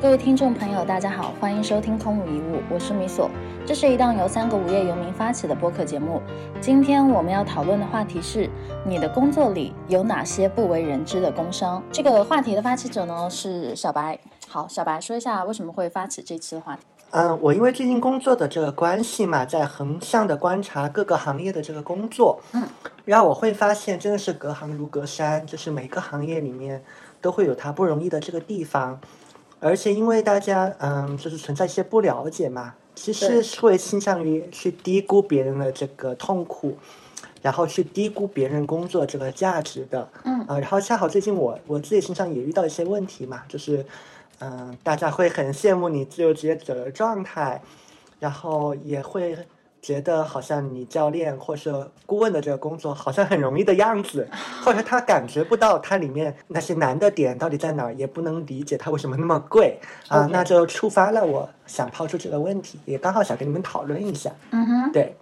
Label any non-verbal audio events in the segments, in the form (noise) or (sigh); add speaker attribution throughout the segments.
Speaker 1: 各位听众朋友，大家好，欢迎收听《空无一物》，我是米索。这是一档由三个无业游民发起的播客节目。今天我们要讨论的话题是：你的工作里有哪些不为人知的工伤？这个话题的发起者呢是小白。好，小白说一下为什么会发起这期的话题。
Speaker 2: 嗯，我因为最近工作的这个关系嘛，在横向的观察各个行业的这个工作，
Speaker 1: 嗯，
Speaker 2: 然后我会发现真的是隔行如隔山，就是每个行业里面都会有它不容易的这个地方，而且因为大家嗯，就是存在一些不了解嘛，其
Speaker 1: 对
Speaker 2: 实是会倾向于去低估别人的这个痛苦，然后去低估别人工作这个价值的，
Speaker 1: 嗯
Speaker 2: 啊，然后恰好最近我我自己身上也遇到一些问题嘛，就是。嗯，大家会很羡慕你自由职业者的状态，然后也会觉得好像你教练或是顾问的这个工作好像很容易的样子，或者他感觉不到它里面那些难的点到底在哪儿，也不能理解它为什么那么贵啊
Speaker 1: OK
Speaker 2: 那就触发了我想抛出这个问题，也刚好想跟你们讨论一下。
Speaker 1: 嗯哼，
Speaker 2: 对，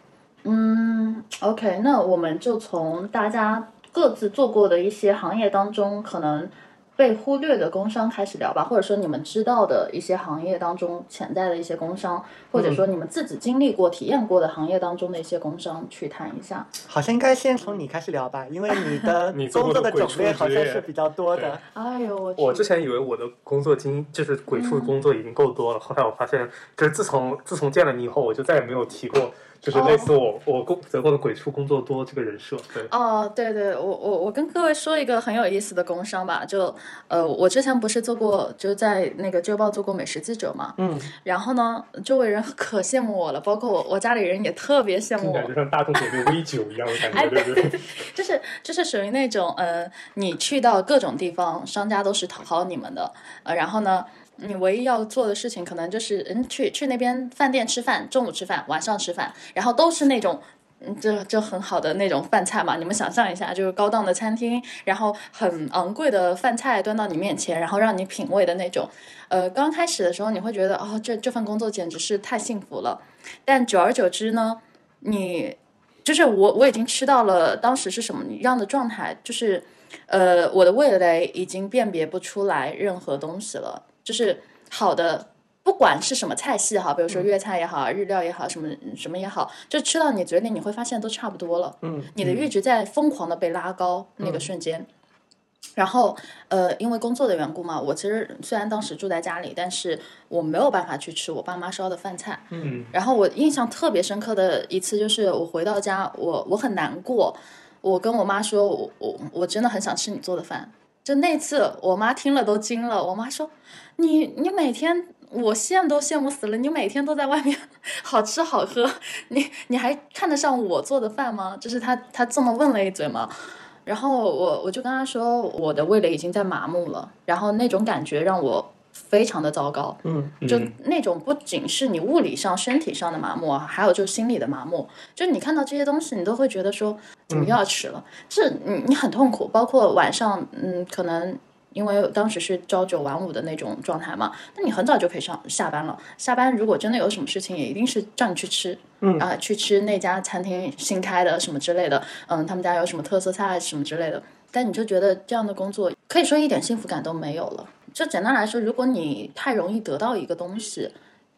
Speaker 1: 嗯，OK，那我们就从大家各自做过的一些行业当中，可能被忽略的工伤开始聊吧，或者说你们知道的一些行业当中潜在的一些工伤，或者说你们自己经历过、体验过的行业当中的一些工伤，去谈一下。
Speaker 2: 好像应该先从你开始聊吧，因为你的
Speaker 3: (laughs) 你做
Speaker 2: 工作
Speaker 3: 过的
Speaker 2: 的
Speaker 3: 鬼
Speaker 2: 种
Speaker 3: 畜
Speaker 2: 类好
Speaker 3: 职
Speaker 2: 像
Speaker 3: 业
Speaker 2: 是比较多的
Speaker 3: 对。
Speaker 1: 哎呦，我
Speaker 3: 我之前以为我的工作经就是鬼畜
Speaker 1: 嗯
Speaker 3: 工作已经够多了，后来我发现，就是自从自从见了你以后，我就再也没有提过，就是类似我、我工责过的鬼畜工作多这个人设。对，
Speaker 1: 哦，对对，我我我跟各位说一个很有意思的工伤吧，就呃，我之前不是做过，就是在那个《周报》做过美食记者嘛，
Speaker 2: 嗯，
Speaker 1: 然后呢，周围人可羡慕我了，包括我我家里人也特别羡慕
Speaker 3: 听
Speaker 1: 我
Speaker 3: 起来，就像大众点评 V 九一样的感
Speaker 1: 哎
Speaker 3: 觉，对不对？
Speaker 1: 就是就是属于那种呃，你去到各种地方，商家都是讨好你们的，呃，然后呢，你唯一要做的事情可能就是嗯，去去那边饭店吃饭，中午吃饭，晚上吃饭，然后都是那种。嗯，就就很好的那种饭菜嘛，你们想象一下，就是高档的餐厅，然后很昂贵的饭菜端到你面前，然后让你品味的那种。呃，刚开始的时候你会觉得，哦，这这份工作简直是太幸福了，但久而久之呢，你就是我我已经吃到了当时是什么样的状态，就是呃我的味蕾已经辨别不出来任何东西了，就是好的。不管是什么菜系哈，比如说粤菜也好，日料也好，什么什么也好，就吃到你嘴里，你会发现都差不多了。
Speaker 2: 嗯，
Speaker 1: 你的阈值在疯狂的被拉高那个瞬间。然后，呃，因为工作的缘故嘛，我其实虽然当时住在家里，但是我没有办法去吃我爸妈烧的饭菜。
Speaker 3: 嗯，
Speaker 1: 然后我印象特别深刻的一次就是我回到家，我我很难过，我跟我妈说，我我我真的很想吃你做的饭。就那次，我妈听了都惊了，我妈说：“你你每天我羡都羡慕死了，你每天都在外面 (laughs) 好吃好喝，你你还看得上我做的饭吗？”就是她她这么问了一嘴嘛。然后我我就跟她说，我的味蕾已经在麻木了，然后那种感觉让我非常的糟糕。
Speaker 2: 嗯，
Speaker 1: 就
Speaker 3: 嗯
Speaker 1: 那种不仅是你物理上、身体上的麻木，啊，还有就是心理的麻木。就你看到这些东西，你都会觉得说，怎么
Speaker 2: 嗯
Speaker 1: 又要吃了？这你你很痛苦。包括晚上，嗯，可能因为当时是朝九晚五的那种状态嘛，那你很早就可以上下班了。下班如果真的有什么事情，也一定是叫你去吃，
Speaker 2: 嗯
Speaker 1: 啊、去吃那家餐厅新开的什么之类的，嗯，他们家有什么特色菜什么之类的。但你就觉得这样的工作可以说一点幸福感都没有了。就简单来说，如果你太容易得到一个东西，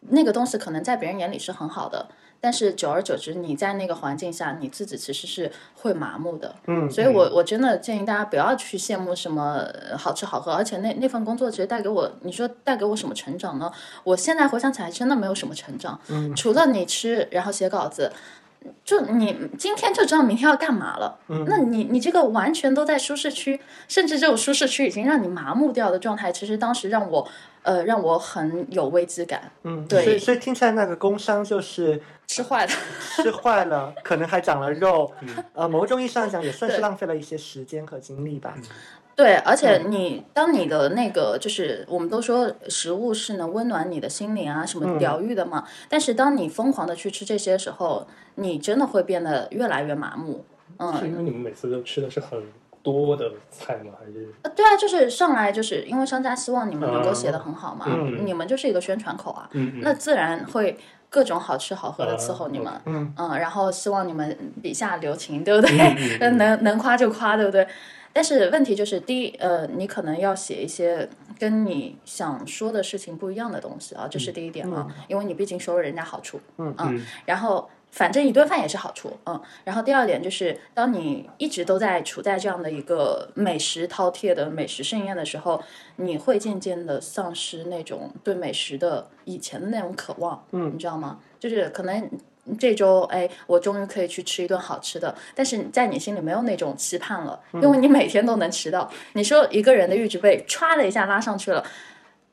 Speaker 1: 那个东西可能在别人眼里是很好的，但是久而久之，你在那个环境下，你自己其实是会麻木的。
Speaker 2: 嗯
Speaker 1: 所以我我真的建议大家不要去羡慕什么呃好吃好喝，而且那那份工作其实带给我，你说带给我什么成长呢？我现在回想起来，真的没有什么成长，
Speaker 2: 嗯
Speaker 1: 除了你吃，然后写稿子。就你今天就知道明天要干嘛了，
Speaker 2: 嗯
Speaker 1: 那你你这个完全都在舒适区，甚至这种舒适区已经让你麻木掉的状态，其实当时让我呃让我很有危机感，
Speaker 2: 嗯，
Speaker 1: 对
Speaker 2: 所以所以听起来那个工伤就是
Speaker 1: 吃坏了。
Speaker 2: 吃坏了，可能还长了肉，
Speaker 1: 嗯
Speaker 2: 呃，某种意义上讲也算是
Speaker 1: 对
Speaker 2: 浪费了一些时间和精力吧。
Speaker 1: (laughs) 对，而且你、当你的那个就是我们都说食物是能温暖你的心灵啊，什么
Speaker 3: 嗯
Speaker 1: 疗愈的嘛。但是当你疯狂的去吃这些时候，你真的会变得越来越麻木。嗯
Speaker 3: 是因为你们每次都吃的是很多的菜吗？还是
Speaker 1: 呃对啊，就是上来就是因为商家希望你们能够写的很好嘛，
Speaker 3: 啊嗯嗯
Speaker 1: 你们就是一个宣传口啊，
Speaker 3: 嗯
Speaker 1: 那自然会各种好吃好喝的伺候你们。
Speaker 2: 嗯
Speaker 1: 嗯，然后希望你们笔下留情，对不对？ (laughs)
Speaker 3: 嗯嗯
Speaker 1: 能能夸就夸，对不对？但是问题就是，第一，呃，你可能要写一些跟你想说的事情不一样的东西啊，这是第一点啊，因为你毕竟收了人家好处，
Speaker 2: 嗯
Speaker 3: 嗯
Speaker 1: 然后反正一顿饭也是好处，嗯，然后第二点就是，当你一直都在处在这样的一个美食饕餮的美食盛宴的时候，你会渐渐的丧失那种对美食的以前的那种渴望，嗯，你知道吗？就是可能。这周哎，我终于可以去吃一顿好吃的，但是在你心里没有那种期盼了，因为你每天都能吃到。你说一个人的阈值被歘的一下拉上去了，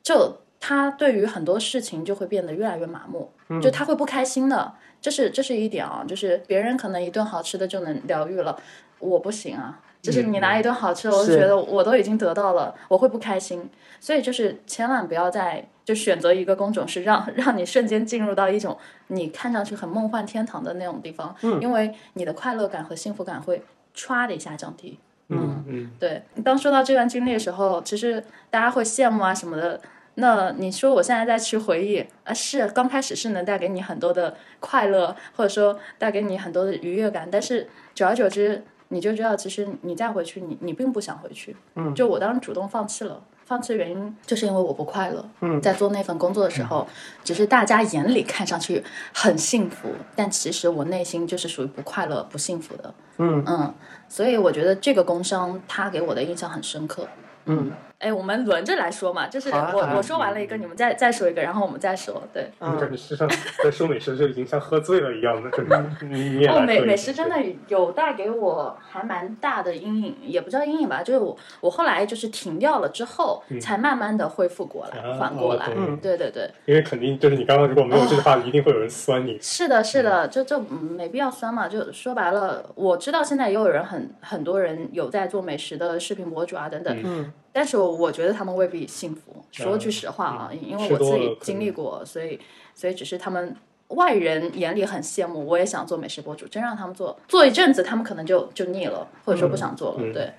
Speaker 1: 就他对于很多事情就会变得越来越麻木，就他会不开心的。这是这是一点啊，就是别人可能一顿好吃的就能疗愈了，我不行啊。就是你拿一顿好吃的，我就是觉得我都已经得到了，我会不开心。所以就是千万不要再就选择一个工种，是让 (laughs) 让你瞬间进入到一种你看上去很梦幻天堂的那种地方，因为你的快乐感和幸福感会歘的一下降低。
Speaker 3: 嗯嗯，
Speaker 1: 对，当说到这段经历的时候，其实大家会羡慕啊什么的。那你说我现在在去回忆啊，是刚开始是能带给你很多的快乐，或者说带给你很多的愉悦感，但是久而久之，你就知道其实你再回去，你你并不想回去。嗯，就我当时主动放弃了，放弃的原因就是因为我不快乐。嗯，在做那份工作的时候，只是大家眼里看上去很幸福，但其实我内心就是属于不快乐、不幸福的。嗯嗯，所以我觉得这个工伤他给我的印象很深刻。
Speaker 2: 嗯，
Speaker 1: 哎，我们轮着来说嘛，就是我、
Speaker 2: 好啊好啊
Speaker 1: 我说完了一个，你们再再说一个，然后我们再说。对，
Speaker 2: 嗯
Speaker 3: 我嗯感觉世上在说美食就已经像喝醉了一样的，真的，你你也
Speaker 1: 哦，美
Speaker 3: 来喝一
Speaker 1: 美
Speaker 3: 杯
Speaker 1: 食真的有带给我还蛮大的阴影，也不叫阴影吧，就是我我后来就是停掉了之后，才慢慢的恢复过来，
Speaker 3: 啊
Speaker 1: 缓过
Speaker 3: 哦
Speaker 1: 来。
Speaker 3: 懂了
Speaker 1: 对对对，
Speaker 3: 因为肯定就是你刚刚如果没有这句
Speaker 1: 哦
Speaker 3: 话，一定会有人酸你。
Speaker 1: 是的，是的，就就嗯没必要酸嘛。就说白了，我知道现在也有人很很多人有在做美食的视频博主啊等等，
Speaker 2: 嗯
Speaker 1: 但是我我觉得他们未必幸福。说句实话啊，因为我自
Speaker 3: 吃多了
Speaker 1: 己
Speaker 3: 可能
Speaker 1: 经历过，所以所以只是他们外人眼里很羡慕，我也想做美食博主，真让他们做做一阵子，他们可能就就腻了，或者说不想做了。
Speaker 3: 嗯
Speaker 1: 对，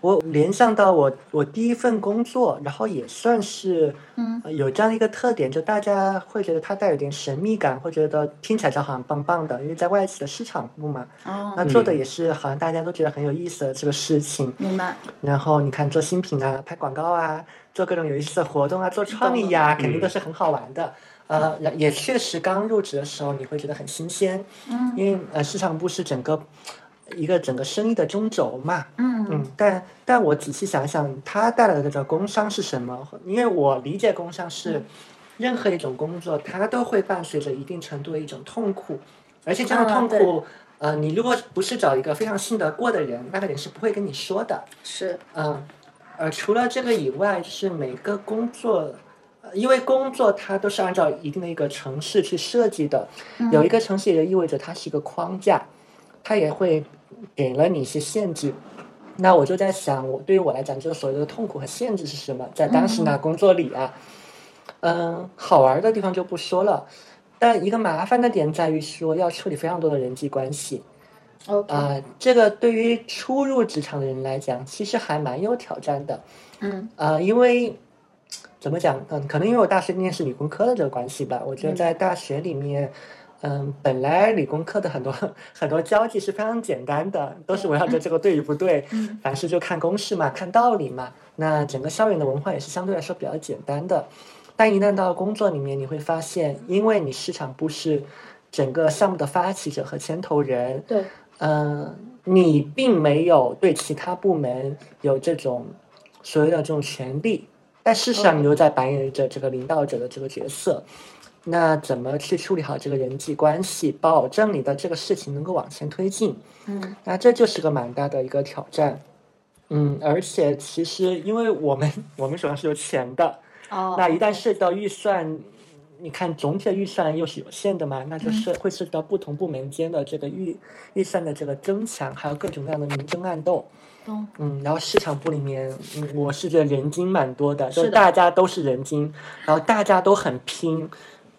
Speaker 2: 我联想到我我第一份工作，然后也算是
Speaker 1: 嗯
Speaker 2: 呃有这样一个特点，就大家会觉得它带有点神秘感，会觉得听起来就好像棒棒的，因为在外企的市场部嘛，
Speaker 1: 哦，
Speaker 2: 那做的也是好像大家都觉得很有意思的这个事情。
Speaker 1: 明白。
Speaker 2: 然后你看做新品啊、拍广告啊、做各种有意思的活动啊、做创意呀、肯定都是很好玩的。呃，然也确实刚入职的时候你会觉得很新鲜，
Speaker 1: 嗯
Speaker 2: 因为呃市场部是整个一个整个生意的中轴嘛。
Speaker 1: 嗯
Speaker 2: 嗯，但但我仔细想想，它带来的这个工伤是什么？因为我理解工伤是
Speaker 1: 嗯
Speaker 2: 任何一种工作，它都会伴随着一定程度的一种痛苦，而且这样的
Speaker 1: 啊
Speaker 2: 痛
Speaker 1: 对
Speaker 2: 苦，呃，你如果不是找一个非常信得过的人，那个人是不会跟你说的。
Speaker 1: 是
Speaker 2: 嗯，呃，除了这个以外，就是每个工作，呃因为工作它都是按照一定的一个程式去设计的，
Speaker 1: 嗯
Speaker 2: 有一个程式也就意味着它是一个框架，它也会给了你一些限制。那我就在想，我对于我来讲，这个所谓的痛苦和限制是什么？在当时那工作里啊，嗯，好玩的地方就不说了，但一个麻烦的点在于说要处理非常多的人际关系。
Speaker 1: OK，
Speaker 2: 啊、这个对于初入职场的人来讲，其实还蛮有挑战的。
Speaker 1: 嗯
Speaker 2: 啊，因为怎么讲？嗯，可能因为我大学念是理工科的这个关系吧，我觉得在大学里面，嗯，本来理工科的很多很多交际是非常简单的，都是围绕着这个对与不对，
Speaker 1: 嗯
Speaker 2: 凡事就看公式嘛，看道理嘛。那整个校园的文化也是相对来说比较简单的。但一旦到工作里面，你会发现，因为你市场部是整个项目的发起者和牵头人，
Speaker 1: 对，
Speaker 2: 嗯，你并没有对其他部门有这种所谓的这种权利，但事实上你又在扮演着这个领导者的这个角色。那怎么去处理好这个人际关系，保证你的这个事情能够往前推进？
Speaker 1: 嗯
Speaker 2: 那这就是个蛮大的一个挑战。嗯，而且其实因为我们 (laughs) 我们手上是有钱的，
Speaker 1: 哦，
Speaker 2: 那一旦涉及到预算，你看总体的预算又是有限的嘛，那就是会涉及到不同部门间的这个预预算的这个争抢，还有各种各样的明争暗斗。
Speaker 1: 懂
Speaker 2: 嗯，然后市场部里面，嗯，我是觉得人精蛮多的，就是
Speaker 1: 的
Speaker 2: 大家都是人精，然后大家都很拼，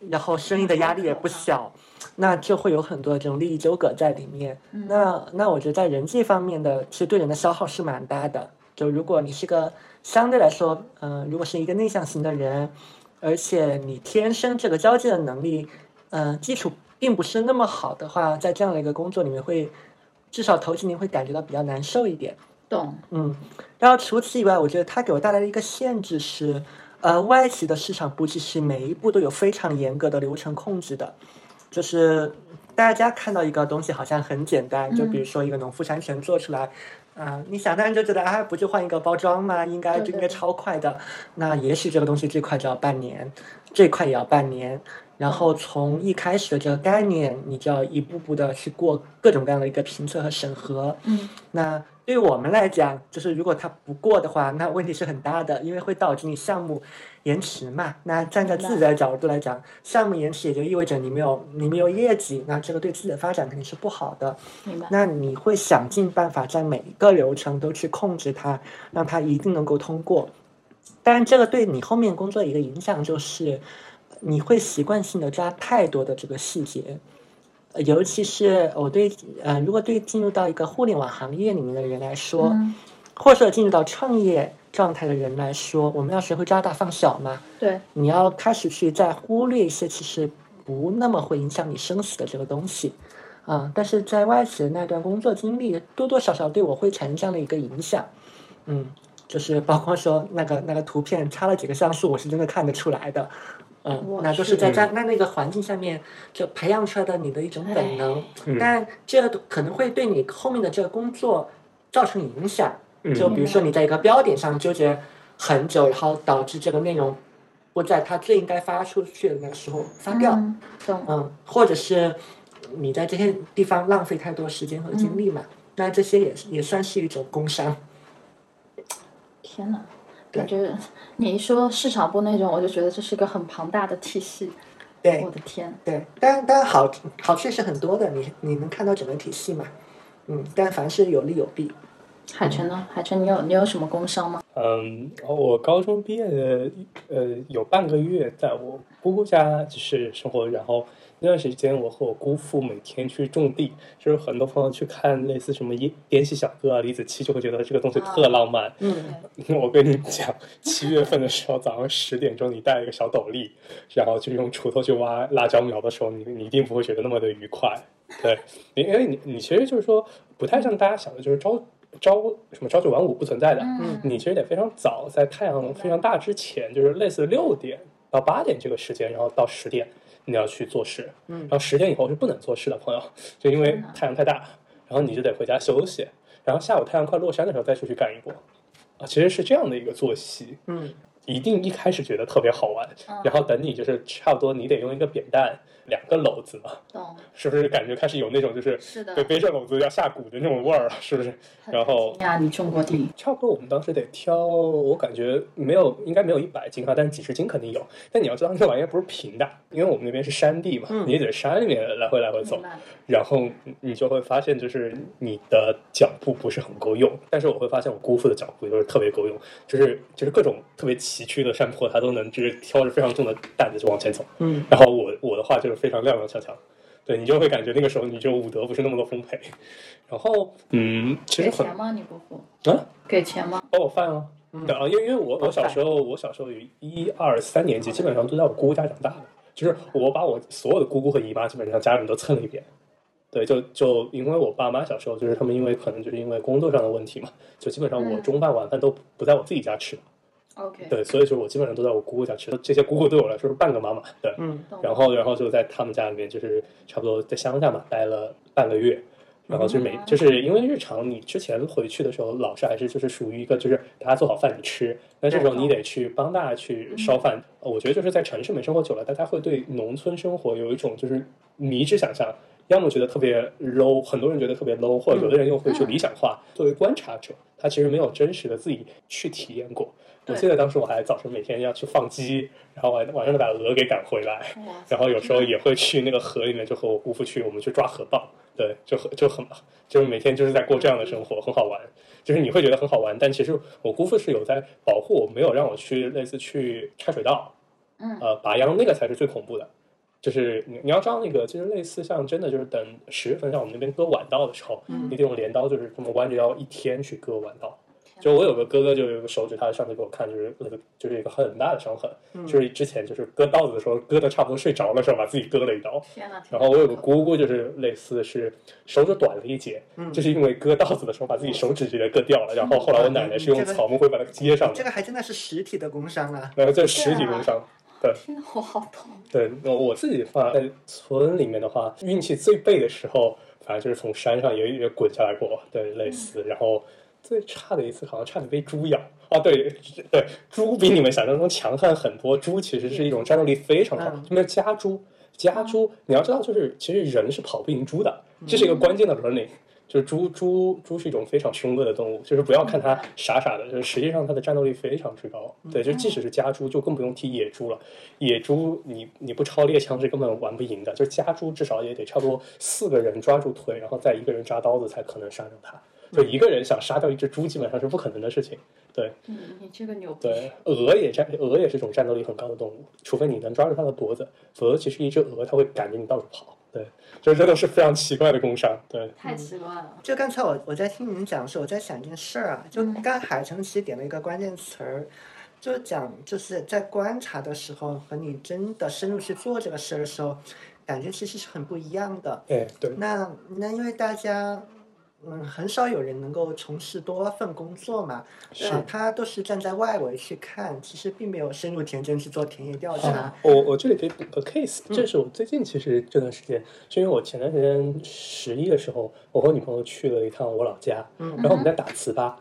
Speaker 2: 然后生意的压力也不小，那就会有很多这种利益纠葛在里面。那那我觉得在人际方面的，其实对人的消耗是蛮大的。就如果你是个相对来说，嗯、如果是一个内向型的人，而且你天生这个交际的能力，嗯、基础并不是那么好的话，在这样的一个工作里面会，至少头几年会感觉到比较难受一点。
Speaker 1: 懂，
Speaker 2: 嗯，然后除此以外，我觉得它给我带来的一个限制是，呃，外企的市场布局是每一步都有非常严格的流程控制的，就是大家看到一个东西好像很简单，就
Speaker 1: 嗯
Speaker 2: 比如说一个农夫山泉做出来，啊、你想当然就觉得啊，不就换一个包装嘛，应该
Speaker 1: 对
Speaker 2: 就应
Speaker 1: 对
Speaker 2: 该超快的，那也许这个东西最快就要半年，最快也要半年。然后从一开始的这个概念，你就要一步步的去过各种各样的一个评测和审核，
Speaker 1: 嗯，
Speaker 2: 那对于我们来讲，就是如果它不过的话，那问题是很大的，因为会导致你项目延迟嘛。那站在自己的角度来讲，项目延迟也就意味着你没有你没有业绩，那这个对自己的发展肯定是不好的。
Speaker 1: 明白，
Speaker 2: 那你会想尽办法在每一个流程都去控制它，让它一定能够通过。但这个对你后面工作的一个影响就是，你会习惯性的抓太多的这个细节，呃尤其是我对呃，如果对进入到一个互联网行业里面的人来说，
Speaker 1: 嗯，
Speaker 2: 或者进入到创业状态的人来说，我们要学会抓大放小嘛。
Speaker 1: 对，
Speaker 2: 你要开始去再忽略一些其实不那么会影响你生死的这个东西，啊、但是在外企的那段工作经历，多多少少对我会产生这样的一个影响，嗯，就是包括说那个那个图片差了几个像素，我是真的看得出来的，嗯
Speaker 1: 我，
Speaker 2: 那都
Speaker 1: 是
Speaker 2: 是在在那那个环境下面就培养出来的你的一种
Speaker 1: 哎
Speaker 2: 本能，
Speaker 3: 嗯
Speaker 2: 但这个可能会对你后面的这个工作造成影响，就
Speaker 3: 嗯
Speaker 2: 比如说你在一个标点上纠结很久，然后导致这个内容不在它最应该发出去的那个时候发掉，嗯
Speaker 1: 嗯，懂，
Speaker 2: 或者是你在这些地方浪费太多时间和精力嘛，那这些也是也算是一种工伤。
Speaker 1: 天哪，
Speaker 2: 对
Speaker 1: 感觉你一说市场部那种，我就觉得这是一个很庞大的体系，
Speaker 2: 对嗯
Speaker 1: 我的天，
Speaker 2: 对，当然当然好好处也是很多的，你你能看到整个体系嘛，嗯，但凡事有利有弊。
Speaker 1: 海晨呢？海晨，你有你有什么工伤吗？
Speaker 3: 嗯，我高中毕业的呃有半个月在我姑姑家就是生活，然后那段时间我和我姑父每天去种地，就是很多朋友去看类似什么《延禧小哥》啊、李子柒，就会觉得这个东西特浪漫。 (laughs)
Speaker 2: 嗯，
Speaker 3: 我跟你讲，七月份的时候早上十点钟，你带一个小斗笠，然后就用锄头去挖辣椒苗的时候，你你一定不会觉得那么的愉快。对，你因为你你其实就是说不太像大家想的，就是朝朝什么朝九晚五不存在的。
Speaker 1: 嗯
Speaker 3: 你其实得非常早，在太阳非常大之前，就是类似六点到八点这个时间，然后到十点你要去做事，
Speaker 2: 嗯
Speaker 3: 然后十点以后是不能做事的，朋友，就因为太阳太大，然后你就得回家休息，然后下午太阳快落山的时候再出去干一波，啊，其实是这样的一个作息，
Speaker 2: 嗯，
Speaker 3: 一定一开始觉得特别好玩，
Speaker 1: 嗯
Speaker 3: 然后等你就是差不多你得用一个扁担两个篓子嘛， (laughs)
Speaker 1: 懂，
Speaker 3: 是不是感觉开始有那种就是
Speaker 1: 是的
Speaker 3: 对背着篓子要下谷的那种味儿了， (laughs) 是不是？然后
Speaker 1: 呀，你种过地，
Speaker 3: 差不多我们当时得挑，我感觉没有，应该没有一百斤哈，但是几十斤肯定有。但你要知道，那玩意儿不是平的，因为我们那边是山地嘛，
Speaker 2: 嗯
Speaker 3: 你也得山里面来回来回走
Speaker 1: 明，白
Speaker 3: 然后你就会发现，就是你的脚步不是很够用。但是我会发现，我姑父的脚步就是特别够用，就是就是各种特别崎岖的山坡，他都能就是挑着非常重的担子就往前走。
Speaker 2: 嗯，
Speaker 3: 然后我我的话就是非常踉踉跄跄，对你就会感觉那个时候你就武德不是那么的丰沛。然后嗯，其实
Speaker 1: 给
Speaker 3: 很
Speaker 1: 钱吗？你姑父
Speaker 3: 啊。
Speaker 1: 给钱吗？
Speaker 3: 包我饭啊。
Speaker 2: 嗯
Speaker 3: 对啊，因为因为我我小时候我小时候有一二三年级，基本上都在我姑姑家长大的，就是我把我所有的姑姑和姨妈基本上家人都蹭了一遍。对，就就因为我爸妈小时候就是他们因为可能就是因为工作上的问题嘛，就基本上我
Speaker 1: 嗯
Speaker 3: 中饭晚饭都不在我自己家吃，
Speaker 1: OK，
Speaker 3: 对，所以就是我基本上都在我姑姑家吃。这些姑姑对我来说是半个妈妈，对，
Speaker 2: 嗯，
Speaker 1: 懂
Speaker 3: 然后然后就在他们家里面，就是差不多在乡下嘛，待了半个月。然后就每
Speaker 1: 嗯
Speaker 3: 就是因为日常你之前回去的时候，老是还是就是属于一个就是大家做好饭你吃，那这时候你得去帮大家去烧饭。
Speaker 1: 嗯
Speaker 3: 呃我觉得就是在城市里面生活久了，大家会对农村生活有一种就是迷之想象，要么觉得特别 low，很多人觉得特别 low，或者有的人又会去理想
Speaker 1: 嗯
Speaker 3: 化。作为观察者，他其实没有真实的自己去体验过。我
Speaker 1: 对
Speaker 3: 记得当时我还早晨每天要去放鸡，然后晚晚上把鹅给赶回来，
Speaker 1: 哇塞
Speaker 3: 然后有时候也会去那个河里面，就和我姑父去，我们去抓河蚌，对，就很就很就是每天就是在过这样的生活，很好玩。就是你会觉得很好玩，但其实我姑父是有在保护我，没有让我去类似去拆水稻，
Speaker 1: 嗯
Speaker 3: 呃，拔秧那个才是最恐怖的。就是你你要知道那个，就是类似像真的就是等十月份，像我们那边割晚稻的时候，
Speaker 1: 嗯
Speaker 3: 你得用镰刀，就是这么弯着腰一天去割晚稻。就我有个哥哥，就有个手指，他上次给我看，就是就是一个很大的伤痕，就是之前就是割刀子的时候割的差不多睡着了时候，把自己割了一刀。
Speaker 1: 天哪！
Speaker 3: 然后我有个姑姑，就是类似是手指短了一截，就是因为割刀子的时候把自己手指直接割掉了。然后后来我奶奶是用草木灰把它接上
Speaker 2: 这
Speaker 3: 的，
Speaker 2: 个还真的是实体的工伤啊。
Speaker 3: 然后就十几工伤。对，
Speaker 1: (laughs) 天哪，我好痛！
Speaker 3: 对，那我自己的话，在村里面的话，运气最背的时候，反正就是从山上也也滚下来过，对，类似。然后最差的一次，好像差点被猪咬啊！对对，猪比你们想象中强悍很多。猪其实是一种战斗力非常强
Speaker 2: 嗯，
Speaker 3: 就没有家猪。家猪，你要知道，就是其实人是跑不赢猪的，这是一个关键的伦理。就是猪猪猪是一种非常凶恶的动物，就是不要看它傻傻的，就是实际上它的战斗力非常之高。对，就即使是家猪，就更不用提野猪了。野猪你你不抄猎枪是根本玩不赢的，就是家猪至少也得差不多四个人抓住腿，然后再一个人扎刀子才可能杀掉它。就一个人想杀掉一只猪，基本上是不可能的事情。对
Speaker 1: 你你这个牛逼！
Speaker 3: 对，鹅也战，鹅也是种战斗力很高的动物，除非你能抓住它的脖子，否则其实一只鹅它会赶着你到处跑。对，就是这都是非常奇怪的工伤。对，
Speaker 1: 太奇怪了。
Speaker 2: 就刚才我我在听你们讲的时候，我在想一件事儿啊，就
Speaker 3: 嗯
Speaker 2: 刚刚海城其实点了一个关键词儿，就讲就是在观察的时候和你真的深入去做这个事儿的时候，感觉其实是很不一样的。
Speaker 3: 哎，对，
Speaker 2: 那那因为大家，嗯，很少有人能够从事多份工作嘛，
Speaker 3: 是
Speaker 2: 啊，他都是站在外围去看，其实并没有深入田间去做田野
Speaker 3: 哦
Speaker 2: 调查。
Speaker 3: 啊我我这里可以补个 case，这是我最近其实这段时间，是因为我前段时间十一的时候，我和女朋友去了一趟我老家，
Speaker 2: 嗯
Speaker 3: 然后我们在打糍粑，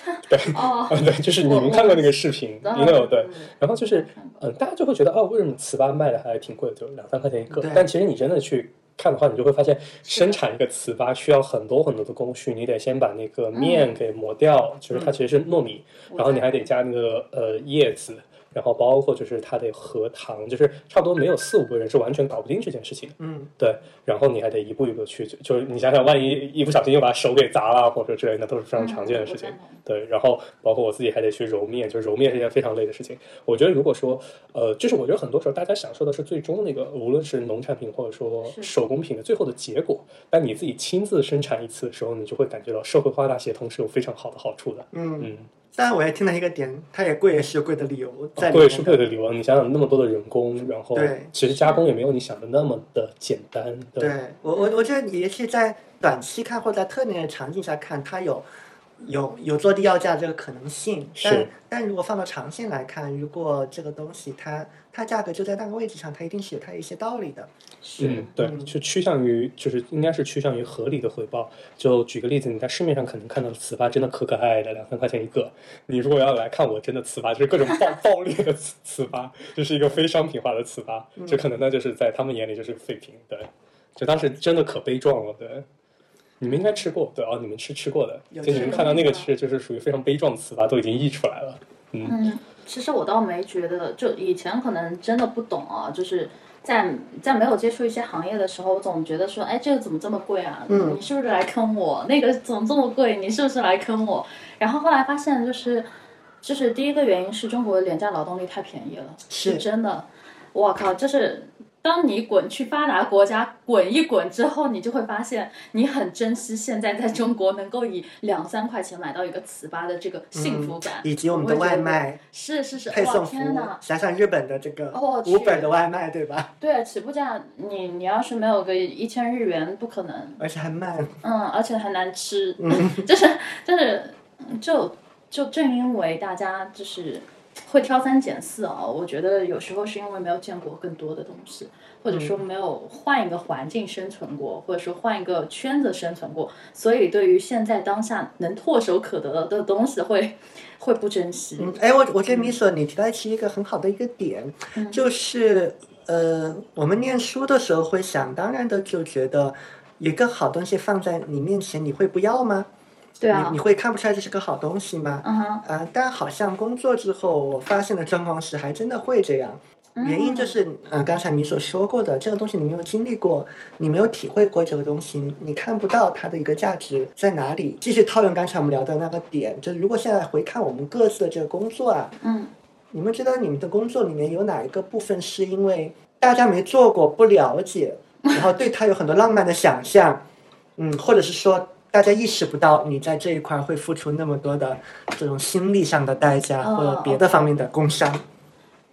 Speaker 3: (laughs)
Speaker 1: 哦，
Speaker 3: 啊对，就是你们看过那个视频，
Speaker 1: 当
Speaker 3: 应
Speaker 1: 然
Speaker 3: 该有对
Speaker 1: 嗯，
Speaker 3: 然后就是嗯，大家就会觉得哦，为什么糍粑卖的还挺贵，就两三块钱一个
Speaker 2: 对？
Speaker 3: 但其实你真的去看的话，你就会发现，生产一个糍粑需要很多很多的工序，你得先把那个面给磨掉，就是它其实是糯米，然后你还得加那个呃叶子。然后包括就是它得和糖，就是差不多没有四五个人是完全搞不定这件事情的。
Speaker 2: 嗯，
Speaker 3: 对，然后你还得一步一步去，就就是你想想，万一一不小心又把手给砸了或者之类的，都是非常常见的事情。
Speaker 1: 嗯我赞同
Speaker 3: 对，然后包括我自己还得去揉面，就是揉面是一件非常累的事情。我觉得如果说，呃，就是我觉得很多时候大家享受的是最终那个，无论是农产品或者说
Speaker 1: 是
Speaker 3: 手工品的最后的结果，但你自己亲自生产一次的时候，你就会感觉到社会化大协同是有非常好的好处的。
Speaker 2: 嗯，
Speaker 3: 嗯，
Speaker 2: 当然我也听到一个点，它也贵也是有贵的理由在里
Speaker 3: 哦贵
Speaker 2: 面
Speaker 3: 是
Speaker 2: 的。
Speaker 3: 贵的理由，你想想那么多的人工，然后
Speaker 2: 对
Speaker 3: 其实加工也没有你想的那么的简单。对
Speaker 2: 对我我我觉得也是在短期看或者在特定的场景下看，它有有有做低要价这个可能性。但
Speaker 3: 是
Speaker 2: 但如果放到长线来看，如果这个东西它它价格就在那个位置上，它一定是有它一些道理的。
Speaker 3: 嗯，对，就趋向于就是应该是趋向于合理的回报。就举个例子，你在市面上可能看到的糍粑真的可可爱爱的，两三块钱一个。你如果要来看我真的糍粑，就是各种爆 (laughs) 爆裂的糍糍粑，这、是一个非商品化的糍粑，就可能那就是在他们眼里就是废品。对，就当时真的可悲壮了。对，你们应该吃过，对哦，你们吃吃过的，
Speaker 2: 有
Speaker 3: 就你
Speaker 2: 吃
Speaker 3: 们
Speaker 2: 过
Speaker 3: 看到那个是就是属于非常悲壮的糍粑，都已经溢出来了。
Speaker 1: 嗯，其实我倒没觉得，就以前可能真的不懂啊，就是在在没有接触一些行业的时候，我总觉得说，哎，这个怎么这么贵啊？
Speaker 2: 嗯
Speaker 1: 你是不是来坑我？那个怎么这么贵？你是不是来坑我？然后后来发现，就是就是第一个原因是中国的廉价劳动力太便宜了，
Speaker 2: 是
Speaker 1: 是真的。我靠，就是当你滚去发达国家滚一滚之后，你就会发现你很珍惜现在在中国能够以两三块钱买到一个糍粑的这个幸福感，
Speaker 2: 以及我们
Speaker 1: 会
Speaker 2: 的
Speaker 1: 觉
Speaker 2: 外
Speaker 1: 得
Speaker 2: 卖
Speaker 1: 是是是，
Speaker 2: 配
Speaker 1: 哇
Speaker 2: 送服
Speaker 1: 天
Speaker 2: 务
Speaker 1: 哪，！
Speaker 2: 想想日本的这个
Speaker 1: 哦我去
Speaker 2: Uber 的外卖，对吧？ (laughs)
Speaker 1: 对，起步价你你要是没有个一千日元，不可能。
Speaker 2: 而且还慢，
Speaker 1: 嗯，而且还难吃，
Speaker 2: 嗯
Speaker 1: (laughs) 就是就是就就正因为大家就是会挑三拣四啊、我觉得有时候是因为没有见过更多的东西，或者说
Speaker 2: 嗯
Speaker 1: 没有换一个环境生存过，或者说换一个圈子生存过，所以对于现在当下能唾手可得的东西会会不珍惜。
Speaker 2: 嗯，哎，我我觉得米索你提到其实一个很好的一个点，
Speaker 1: 嗯
Speaker 2: 就是呃，我们念书的时候会想当然的就觉得，一个好东西放在你面前，你会不要吗？
Speaker 1: 对啊
Speaker 2: 你你，会看不出来这是个好东西吗？
Speaker 1: 嗯哼，
Speaker 2: 啊、但好像工作之后，我发现的状况是，还真的会这样。
Speaker 1: 嗯
Speaker 2: 原因就是，呃，刚才你所说过的，这个东西你没有经历过，你没有体会过这个东西，你看不到它的一个价值在哪里。继续套用刚才我们聊的那个点，就是如果现在回看我们各自的这个工作啊，
Speaker 1: 嗯，
Speaker 2: 你们觉得你们的工作里面有哪一个部分是因为大家没 (laughs) 做过、不了解，然后对它有很多浪漫的想象，嗯，或者是说大家意识不到你在这一块儿会付出那么多的这种心力上的代价，
Speaker 1: 哦
Speaker 2: 或者别的方面的工伤。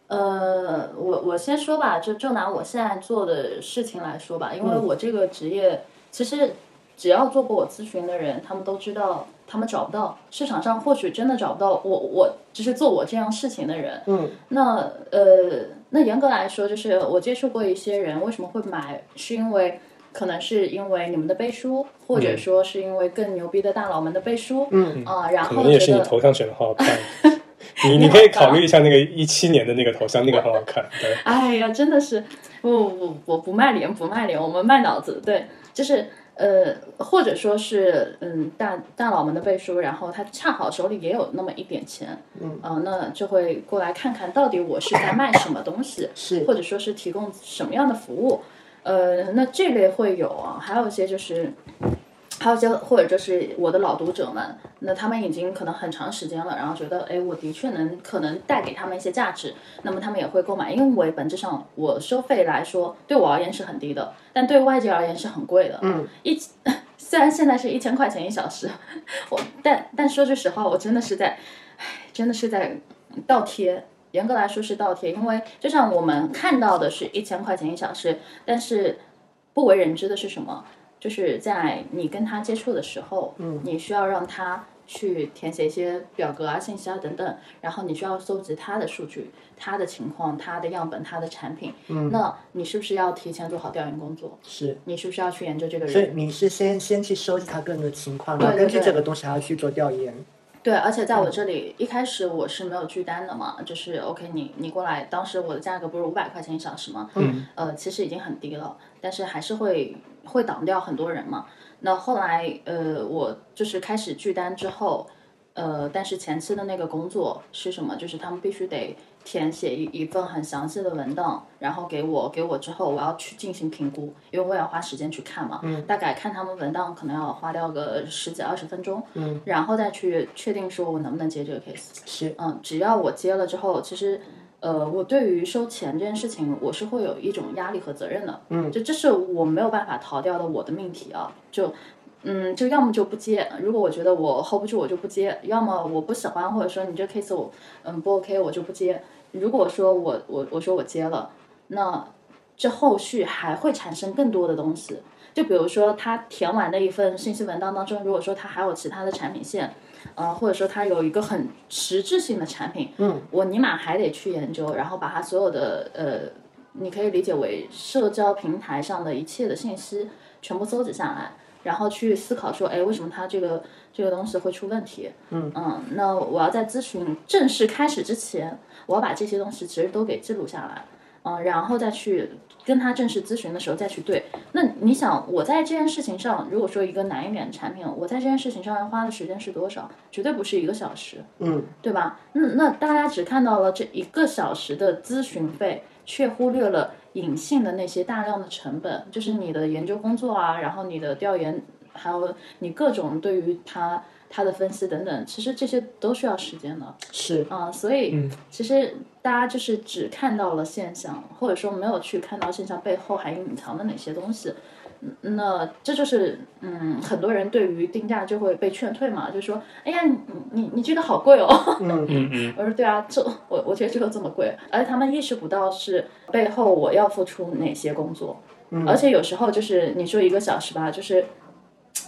Speaker 1: 呃，我我先说吧，就就拿我现在做的事情来说吧，因
Speaker 2: 嗯
Speaker 1: 为我这个职业，其实只要做过我咨询的人，他们都知道，他们找不到市场上或许真的找不到我，我就是做我这样事情的人。
Speaker 2: 嗯，
Speaker 1: 那呃，那严格来说，就是我接触过一些人，为什么会买，是因为可能是因为你们的背书，或者说是因为更牛逼的大佬们的背书，
Speaker 2: 嗯
Speaker 1: 啊、然
Speaker 3: 可
Speaker 1: 后
Speaker 3: 能也是
Speaker 1: 觉
Speaker 3: 你
Speaker 1: 得
Speaker 3: 头像选的好好看。你你可以考虑一下那个一七年的那个头像，那个很好看。对，
Speaker 1: 哎呀，真的是，不不我不卖脸，不卖脸，我们卖脑子。对，就是呃，或者说是嗯，大大佬们的背书，然后他恰好手里也有那么一点钱，
Speaker 2: 嗯
Speaker 1: 呃，那就会过来看看到底我是在卖什么东西，
Speaker 2: 是
Speaker 1: 或者说是提供什么样的服务。呃，那这类会有啊，还有一些就是，还有一些或者就是我的老读者们，那他们已经可能很长时间了，然后觉得，哎，我的确能可能带给他们一些价值，那么他们也会购买，因为本质上我收费来说，对我而言是很低的，但对外界而言是很贵的。
Speaker 2: 嗯，
Speaker 1: 一 (laughs) 虽然现在是一千块钱一小时，我但但说句实话，我真的是在，唉真的是在倒贴。严格来说是倒贴，因为就像我们看到的是一千块钱一小时，但是不为人知的是什么？就是在你跟他接触的时候，嗯，你需要让他去填写一些表格啊、信息啊等等，然后你需要搜集他的数据、他的情况、他的样本、他的产品。嗯，那你是不是要提前做好调研工作？
Speaker 2: 是。
Speaker 1: 你是不是要去研究这个
Speaker 2: 所以
Speaker 1: 人？
Speaker 2: 你是先先去收集他个人的情况，然后
Speaker 1: 对对
Speaker 2: 根据
Speaker 1: 对
Speaker 2: 这个东西还要去做调研。
Speaker 1: 对，而且在我这里一开始我是没有拒单的嘛，就是 OK，你你过来，当时我的价格不是五百块钱一小时嘛，
Speaker 3: 嗯，
Speaker 1: 呃，其实已经很低了，但是还是会会挡掉很多人嘛。那后来呃，我就是开始拒单之后，呃，但是前期的那个工作是什么？就是他们必须得填写一一份很详细的文档，然后给我给我之后，我要去进行评估，因为我也要花时间去看嘛。嗯。大概看他们文档可能要花掉个十几二十分钟。嗯。然后再去确定说我能不能接这个 case。
Speaker 2: 是，
Speaker 1: 嗯，只要我接了之后，其实，呃，我对于收钱这件事情，我是会有一种压力和责任的。嗯，就这是我没有办法逃掉的我的命题啊。就，嗯，就要么就不接，如果我觉得我 hold 不住，我就不接；要么我不喜欢，或者说你这 case 我，嗯，不 OK，我就不接。如果说我我我说我接了，那这后续还会产生更多的东西。就比如说，他填完的一份信息文档当中，如果说他还有其他的产品线，呃，或者说它有一个很实质性的产品，嗯，我尼玛还得去研究，然后把它所有的呃，你可以理解为社交平台上的一切的信息全部搜集下来，然后去思考说，哎，为什么它这个这个东西会出问题？嗯那我要在咨询正式开始之前，我要把这些东西其实都给记录下来，嗯、然后再去。跟他正式咨询的时候再去对，那你想，我在这件事情上，如果说一个难一点的产品，我在这件事情上要花的时间是多少？绝对不是一个小时，
Speaker 2: 嗯，
Speaker 1: 对吧？那那大家只看到了这一个小时的咨询费，却忽略了隐性的那些大量的成本，就是你的研究工作啊，然后你的调研，还有你各种对于它它的分析等等，其实这些都需要时间的。
Speaker 2: 是，
Speaker 1: 啊，所以其实大家就是只看到了现象，或者说没有去看到现象背后还隐藏的哪些东西。嗯那这就是嗯，很多人对于定价就会被劝退嘛，就说哎呀，你你你这个好贵哦。 (laughs)
Speaker 3: 嗯嗯，
Speaker 1: 我说对啊，这我我觉得这个这么贵，而且他们意识不到是背后我要付出哪些工作，而且有时候就是你说一个小时吧，就是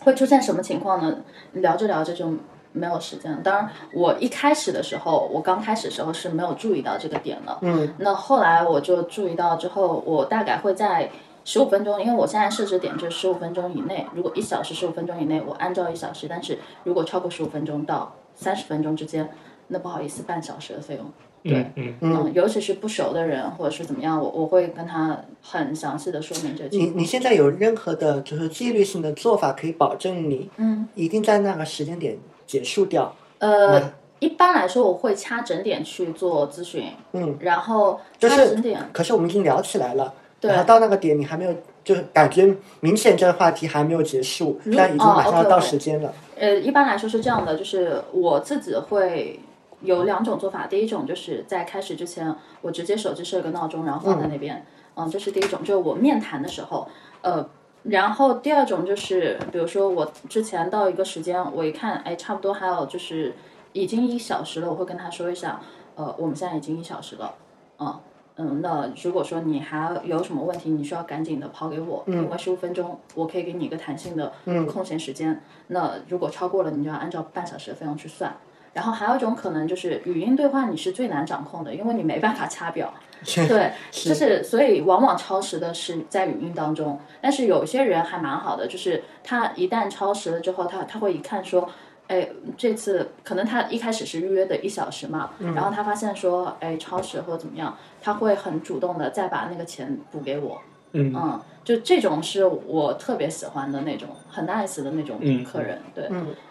Speaker 1: 会出现什么情况呢？聊着聊着就没有时间了。当然，我一开始的时候，我刚开始的时候是没有注意到这个点的。嗯，那后来我就注意到之后，我大概会在。十五分钟，因为我现在设置点就是十五分钟以内。如果一小时十五分钟以内，我按照一小时；但是如果超过十五分钟到三十分钟之间，那不好意思，半小时的费用。对，
Speaker 3: 嗯
Speaker 1: 嗯，尤其是不熟的人或者是怎么样，我我会跟他很详细的说明这个
Speaker 2: 你
Speaker 1: 情
Speaker 2: 你现在有任何的就是纪律性的做法可以保证你，
Speaker 1: 嗯，
Speaker 2: 一定在那个时间点结束掉，
Speaker 1: 呃，一般来说我会掐整点去做咨询，
Speaker 2: 嗯，
Speaker 1: 然后
Speaker 2: 就
Speaker 1: 掐
Speaker 2: 是
Speaker 1: 整点，
Speaker 2: 可是我们已经聊起来了，
Speaker 1: 对
Speaker 2: 然后到那个点你还没有，就是感觉明显这个话题还没有结束，
Speaker 1: 如
Speaker 2: 但已经
Speaker 1: 哦
Speaker 2: 马上要
Speaker 1: ，OK，OK
Speaker 2: 到时间了，
Speaker 1: 呃，一般来说是这样的，就是我自己会有两种做法，第一种就是在开始之前，嗯我直接手机设一个闹钟，然后放在那边，嗯，这是第一种，就是我面谈的时候，呃，然后第二种就是，比如说我之前到一个时间，我一看，哎，差不多还有就是已经一小时了，我会跟他说一下，呃，我们现在已经一小时了，嗯嗯，那如果说你还有什么问题，你需要赶紧的抛给我，因为十五分钟我可以给你一个弹性的空闲时间，那如果超过了，你就要按照半小时的费用去算。然后还有一种可能就是语音对话，你是最难掌控的，因为你没办法 (laughs) 掐表。
Speaker 2: (laughs)
Speaker 1: 对，就是所以往往超时的是在语音当中，但是有些人还蛮好的，就是他一旦超时了之后，他他会一看说，哎，这次可能他一开始是预约的一小时嘛，
Speaker 3: 嗯
Speaker 1: 然后他发现说，哎，超时或者怎么样，他会很主动的再把那个钱补给我，
Speaker 3: 嗯
Speaker 1: 嗯，就这种是我特别喜欢的那种很 nice 的那种
Speaker 3: 嗯
Speaker 1: 客人，对，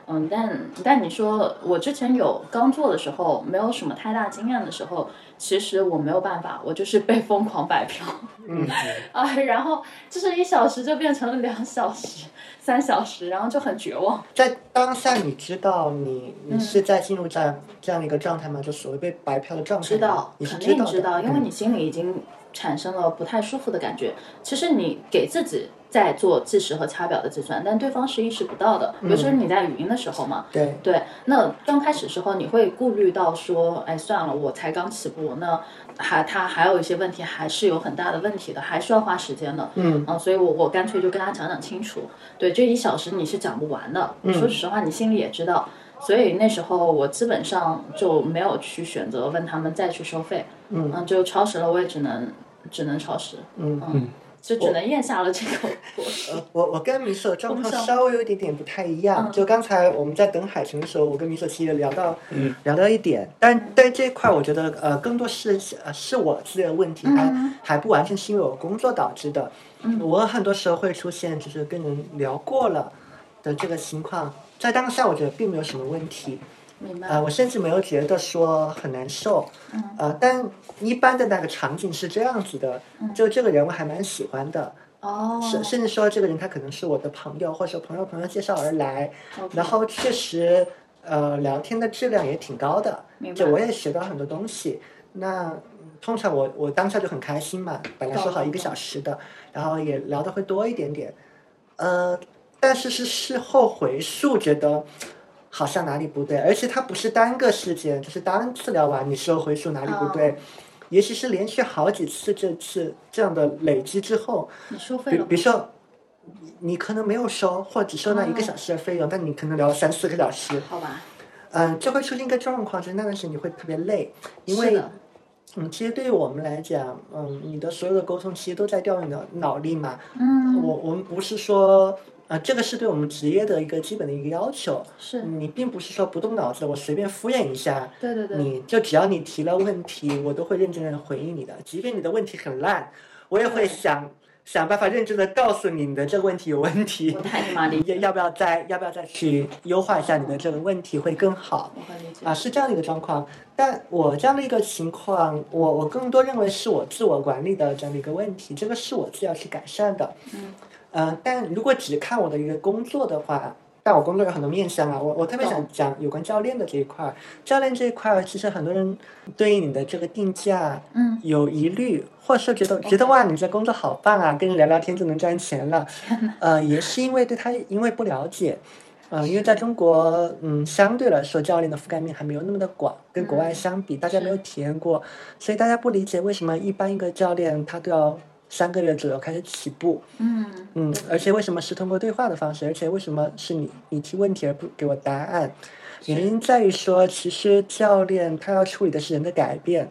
Speaker 1: 嗯，但但你说我之前有刚做的时候，没有什么太大经验的时候，其实我没有办法，我就是被疯狂摆票， (laughs)
Speaker 3: 嗯，
Speaker 1: 啊，然后就是一小时就变成了两小时、三小时，然后就很绝望。
Speaker 2: 在当下，你知道你你是在进入这样、这样的一个状态吗？就所谓被白嫖的状态吗，
Speaker 1: 知道，
Speaker 2: 你是
Speaker 1: 肯定
Speaker 2: 道
Speaker 1: 知
Speaker 2: 的，
Speaker 1: 道，
Speaker 2: 嗯
Speaker 1: 因为你心里已经产生了不太舒服的感觉。其实你给自己在做计时和掐表的计算，但对方是意识不到的。尤其
Speaker 2: 嗯
Speaker 1: 是你在语音的时候嘛，
Speaker 2: 对，
Speaker 1: 对，那刚开始时候你会顾虑到说，哎，算了，我才刚起步，那还他还有一些问题，还是有很大的问题的，还是要花时间的。
Speaker 2: 嗯
Speaker 1: 啊，所以我我干脆就跟他讲讲清楚。对，这一小时你是讲不完的，
Speaker 2: 嗯
Speaker 1: 说实话，你心里也知道。所以那时候我基本上就没有去选择问他们再去收费，嗯，就超时了，我也只能只能超时，
Speaker 2: 嗯呃
Speaker 1: 嗯，就只能咽下了这个 (laughs) 果实。
Speaker 2: 我我跟米索状
Speaker 1: 工
Speaker 2: 况
Speaker 1: 伤
Speaker 2: 稍微有一点点不太一样。就刚才我们在等海城的时候，我跟米索其实也聊到、聊到一点，但但这一块我觉得呃，更多是呃是我自己的问题，还还不完全是因为我工作导致的。我很多时候会出现就是跟人聊过了的这个情况，在当下我觉得并没有什么问题。
Speaker 1: 明白
Speaker 2: 啊、我甚至没有觉得说很难受，呃，但一般的那个场景是这样子的，就这个人我还蛮喜欢的，
Speaker 1: 哦，
Speaker 2: 甚甚至说这个人他可能是我的朋友，或者朋友朋友介绍而来，然后确实，呃，聊天的质量也挺高的，就我也学到很多东西。那嗯通常我我当下就很开心嘛，本来说好一个小时的，然后也聊的会多一点点，呃，但是是事后回溯觉得。好像哪里不对，而且它不是单个事件，就是单次聊完，你事后回溯哪里不对，也许是连续好几次这次这样的累积之后，
Speaker 1: 你收费
Speaker 2: 比
Speaker 1: 了吗
Speaker 2: 比如说，你你可能没有收，或者只收那一个小时的费用，但你可能聊了三四个小时，
Speaker 1: 好吧，
Speaker 2: 嗯、就会出现一个状况，就是那段时间你会特别累，因
Speaker 1: 是
Speaker 2: 为
Speaker 1: 的
Speaker 2: 嗯，其实对于我们来讲，嗯，你的所有的沟通其实都在调用你的脑力嘛，
Speaker 1: 嗯，
Speaker 2: 我我们不是说。啊、这个是对我们职业的一个基本的一个要求。
Speaker 1: 是
Speaker 2: 你并不是说不动脑子，我随便敷衍一下，
Speaker 1: 对对对，
Speaker 2: 你就只要你提了问题，我都会认真的回应你的，即便你的问题很烂，我也会想想办法认真的告诉你你的这个问题有问题
Speaker 1: 我，太你妈理
Speaker 2: 要
Speaker 1: 解，
Speaker 2: 要不要再要不要再去优化一下你的这个问题会更好
Speaker 1: 我很理解
Speaker 2: 啊，是这样的一个状况。但我这样的一个情况，我我更多认为是我自我管理的这样的一个问题，这个是我自己要去改善的。
Speaker 1: 嗯
Speaker 2: 嗯、但如果只看我的一个工作的话，但我工作有很多面向啊，我我特别想讲有关教练的这一块儿。教练这一块儿，其实很多人对于你的这个定价
Speaker 1: 嗯，
Speaker 2: 有疑虑，或者说觉得觉得哇，你这工作好棒啊，跟人聊聊天就能赚钱了。呃，也是因为对他因为不了解。嗯、因为在中国，嗯，相对来说教练的覆盖面还没有那么的广，跟国外相比，大家没有体验过，所以大家不理解为什么一般一个教练他都要三个月左右开始起步，
Speaker 1: 嗯，
Speaker 2: 嗯，而且为什么是通过对话的方式？而且为什么是你你提问题而不给我答案？原因在于说，其实教练他要处理的是人的改变，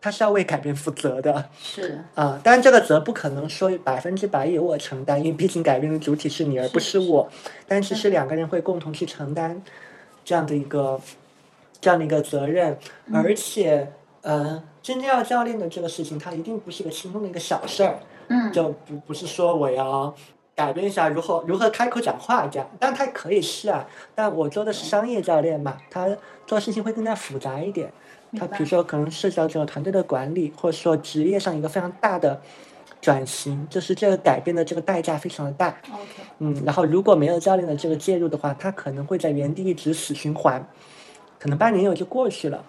Speaker 2: 他是要为改变负责的
Speaker 1: 是
Speaker 2: 啊。当然，这个责不可能说百分之百由我承担，因为毕竟改变的主体是你而不是我。但是是两个人会共同去承担这样的一个这样的一个责任，而且呃，真正要教练的这个事情，它一定不是一个轻松的一个小事儿。
Speaker 1: 嗯
Speaker 2: 就不不是说我要改变一下如何如何开口讲话这样，但他可以是啊，但我做的是商业教练嘛，他做事情会更加复杂一点。他
Speaker 1: 白
Speaker 2: 比如说可能涉及到这种团队的管理，或者说职业上一个非常大的转型，就是这个改变的这个代价非常的大。
Speaker 1: ，OK，
Speaker 2: 嗯，然后如果没有教练的这个介入的话，他可能会在原地一直死循环，可能半年也就过去了。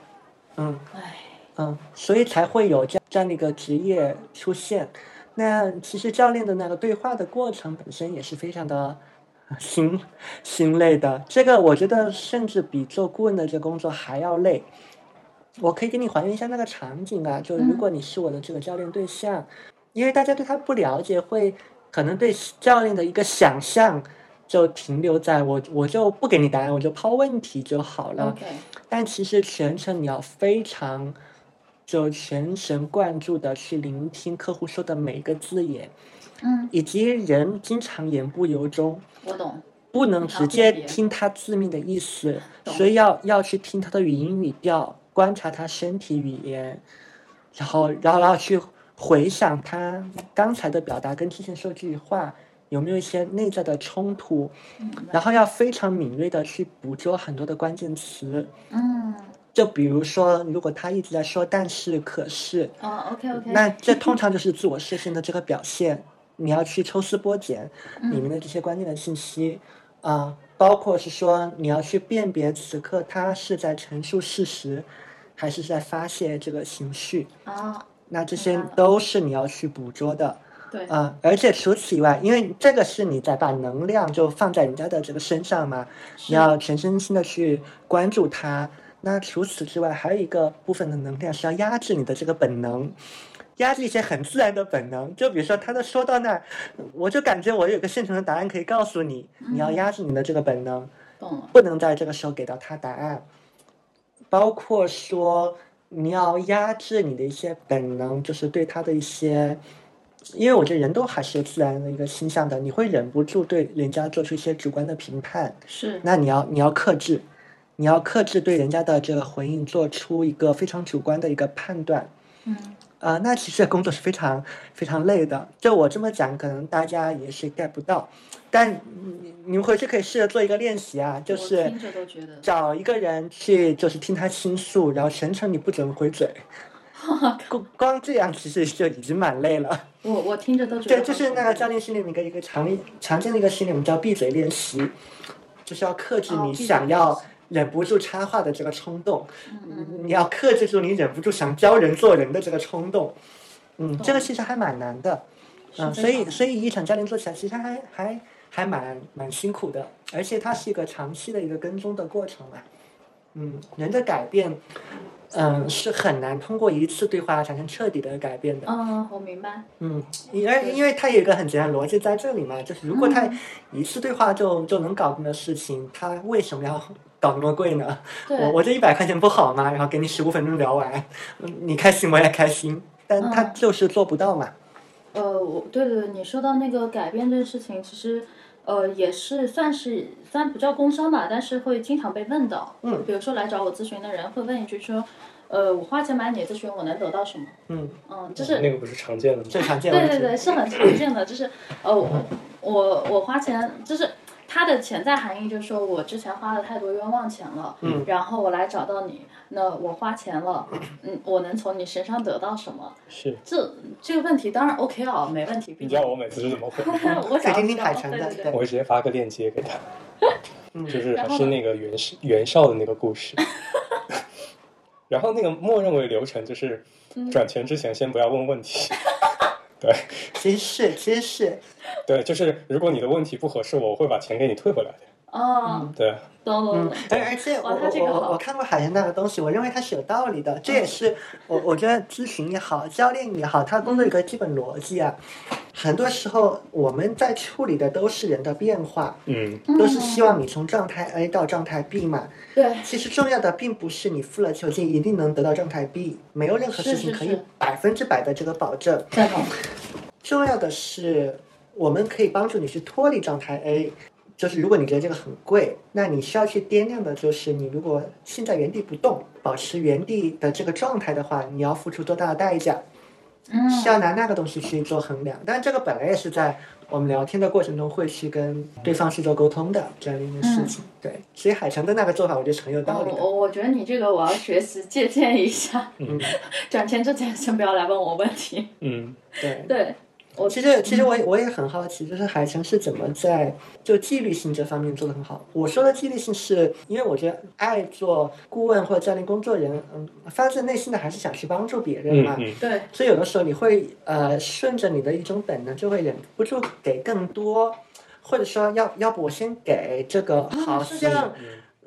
Speaker 2: 嗯，
Speaker 1: 哎，
Speaker 2: 嗯，所以才会有这样这样的一个职业出现。那其实教练的那个对话的过程本身也是非常的呃心心累的，这个我觉得甚至比做顾问的这工作还要累。我可以给你还原一下那个场景啊，就如果你是我的这个教练对象，因为大家对他不了解，会可能对教练的一个想象就停留在我我就不给你答案，我就抛问题就好了。
Speaker 1: OK，
Speaker 2: 但其实全程你要非常就全神贯注的去聆听客户说的每一个字眼，
Speaker 1: 嗯，
Speaker 2: 以及人经常言不由衷，
Speaker 1: 我懂，
Speaker 2: 不能直
Speaker 1: 要
Speaker 2: 接
Speaker 1: 辨别
Speaker 2: 听他字面的意思，
Speaker 1: 懂
Speaker 2: 所以要要去听他的语音语调，观察他身体语言，然后然后然后去回想他刚才的表达跟之前说这句话有没有一些内在的冲突，
Speaker 1: 明白
Speaker 2: 然后要非常敏锐的去捕捉很多的关键词。
Speaker 1: 嗯，
Speaker 2: 就比如说，如果他一直在说“但是”“可是
Speaker 1: 哦，OK ”，OK，
Speaker 2: 那这通常就是自我设限的这个表现。你要去抽丝剥茧
Speaker 1: 嗯
Speaker 2: 里面的这些关键的信息啊、包括是说你要去辨别此刻他是在陈述事实，还是在发泄这个情绪。
Speaker 1: 啊，
Speaker 2: 那这
Speaker 1: 明
Speaker 2: 些
Speaker 1: 白了
Speaker 2: 都是你要去捕捉的。
Speaker 1: 对，
Speaker 2: 啊、而且除此以外，因为这个是你在把能量就放在人家的这个身上嘛，
Speaker 1: 是
Speaker 2: 你要全身心的去关注它。那除此之外，还有一个部分的能量是要压制你的这个本能，压制一些很自然的本能。就比如说，他都说到那儿，我就感觉我有个现成的答案可以告诉你，
Speaker 1: 嗯
Speaker 2: 你要压制你的这个本能。
Speaker 1: 懂了，
Speaker 2: 不能在这个时候给到他答案，包括说你要压制你的一些本能，就是对他的一些，因为我觉得人都还是有自然的一个倾向的，你会忍不住对人家做出一些主观的评判，
Speaker 1: 是
Speaker 2: 那你要你要克制，你要克制对人家的这个回应做出一个非常主观的一个判断。
Speaker 1: 嗯，
Speaker 2: 啊、那其实工作是非常非常累的。就我这么讲，可能大家也是 get 不到，但你你们回去可以试着做一个练习啊，就
Speaker 1: 我
Speaker 2: 是
Speaker 1: 听着都觉得
Speaker 2: 找一个人去，就是听他倾诉，然后全程你不准回嘴，光光这样其实就已经蛮累了。
Speaker 1: 我我听着都觉
Speaker 2: 对，
Speaker 1: 得
Speaker 2: 就
Speaker 1: 好
Speaker 2: 是
Speaker 1: 恐
Speaker 2: 那个
Speaker 1: 怖
Speaker 2: 教练训练里面一个一个常常见的一个训练，我们叫闭嘴练习，就是要克制
Speaker 1: 哦
Speaker 2: 你
Speaker 1: 闭嘴
Speaker 2: 想
Speaker 1: 练
Speaker 2: 要
Speaker 1: 习
Speaker 2: 忍不住插话的这个冲动，
Speaker 1: 嗯
Speaker 2: 你要克制住你忍不住想教人做人的这个冲动。嗯，这个
Speaker 1: 懂
Speaker 2: 其实还蛮难的，嗯，
Speaker 1: 是
Speaker 2: 所
Speaker 1: 非
Speaker 2: 以
Speaker 1: 常
Speaker 2: 所以一场教练做起来其实还还还蛮蛮辛苦的，而且它是一个长期的一个跟踪的过程嘛。嗯，人的改变，嗯，是很难通过一次对话产生彻底的改变的。
Speaker 1: 嗯，我明白，
Speaker 2: 嗯，因为因为它有一个很简单的逻辑在这里嘛，就是如果他
Speaker 1: 嗯
Speaker 2: 一次对话就就能搞定的事情，他为什么要搞那么贵呢？
Speaker 1: 对，
Speaker 2: 我我这一百块钱不好吗？然后给你十五分钟聊完，嗯你开心我也开心，但他
Speaker 1: 嗯
Speaker 2: 就是做不到嘛。
Speaker 1: 呃，我对对对，你说到那个改变这个事情，其实呃也是算是虽然不叫工伤吧，但是会经常被问到。
Speaker 2: 嗯，
Speaker 1: 比如说来找我咨询的人会问一句说，呃，我花钱买你的咨询，我能得到什么？
Speaker 2: 嗯，
Speaker 1: 嗯，就是
Speaker 3: 那个不是常见的吗？
Speaker 2: 最常见
Speaker 1: 对
Speaker 2: 问
Speaker 1: 对
Speaker 2: 题。
Speaker 1: 对，是很常见的，就是呃，我我我花钱，就是它的潜在含义就是说我之前花了太多冤枉钱了，
Speaker 2: 嗯
Speaker 1: 然后我来找到你，那我花钱了，嗯，我能从你身上得到什么？
Speaker 3: 是，
Speaker 1: 这这个问题当然 OK 啊，没问题。
Speaker 3: 你知道我每次是怎么回？ (laughs)
Speaker 1: 我
Speaker 2: 可以
Speaker 1: 想
Speaker 2: 听
Speaker 1: 知
Speaker 2: 听
Speaker 1: 道
Speaker 2: 海城
Speaker 1: 对
Speaker 2: 的，
Speaker 1: 对啊
Speaker 2: 对
Speaker 1: 对，
Speaker 3: 我会直接发个链接给他，
Speaker 2: 嗯
Speaker 3: 就是
Speaker 1: 然
Speaker 3: 还
Speaker 1: 后
Speaker 3: 是
Speaker 1: 呢
Speaker 3: 那个袁世袁绍的那个故事。 (laughs) 然后那个默认为流程就是
Speaker 1: 嗯，
Speaker 3: 转钱之前先不要问问题。 (laughs)
Speaker 2: 其实是其实是，
Speaker 3: 对，就是如果你的问题不合适我，我会把钱给你退回来的。
Speaker 1: 哦，
Speaker 3: 对，
Speaker 1: 懂懂
Speaker 2: 嗯
Speaker 1: 懂，，
Speaker 2: 而而且我
Speaker 1: 哇他这
Speaker 2: 我
Speaker 1: 个
Speaker 2: 我
Speaker 1: 好嗯
Speaker 2: 我看过海燕那个东西，我认为它是有道理的。这也是我我觉得咨询也好，教练也好，他
Speaker 1: 嗯
Speaker 2: 工作有一个基本逻辑啊。很多时候我们在处理的都是人的变化，
Speaker 3: 嗯，
Speaker 2: 都是希望你从状态 A 到状态 B 嘛。
Speaker 1: 对，
Speaker 2: 其实重要的并不是你付了囚禁一定能得到状态 B，没有任何事
Speaker 1: 是
Speaker 2: 情
Speaker 1: 是
Speaker 2: 可
Speaker 1: 是
Speaker 2: 以百分之百的这个保证。
Speaker 1: 赞同，
Speaker 2: 重要的是，我们可以帮助你去脱离状态 A。就是如果你觉得这个很贵，那你需要去掂量的就是，你如果现在原地不动，保持原地的这个状态的话，你要付出多大的代价，
Speaker 1: 嗯，
Speaker 2: 是要拿那个东西去做衡量。但这个本来也是在我们聊天的过程中会去跟对方去做沟通的这样的一件
Speaker 1: 嗯
Speaker 2: 事情。对，所以海城的那个做法，我觉得是很有
Speaker 1: 我
Speaker 2: 道理的。
Speaker 1: 我我觉得你这个我要学习借鉴一下， (laughs)
Speaker 2: 嗯，
Speaker 1: 转钱之前先不要来问我问题，
Speaker 3: 嗯，
Speaker 2: 对。
Speaker 1: 对，我
Speaker 2: 其实其实我也我也很好奇，就是海城是怎么在就纪律性这方面做得很好。我说的纪律性是，因为我觉得爱做顾问或者教练工作人，嗯，发自内心的还是想去帮助别人
Speaker 3: 嗯
Speaker 2: 嘛。
Speaker 3: 嗯，
Speaker 1: 对，
Speaker 2: 所以有的时候你会呃顺着你的一种本能，就会忍不住给更多，或者说要要不我先给这个，好
Speaker 1: 哦是这样
Speaker 2: 像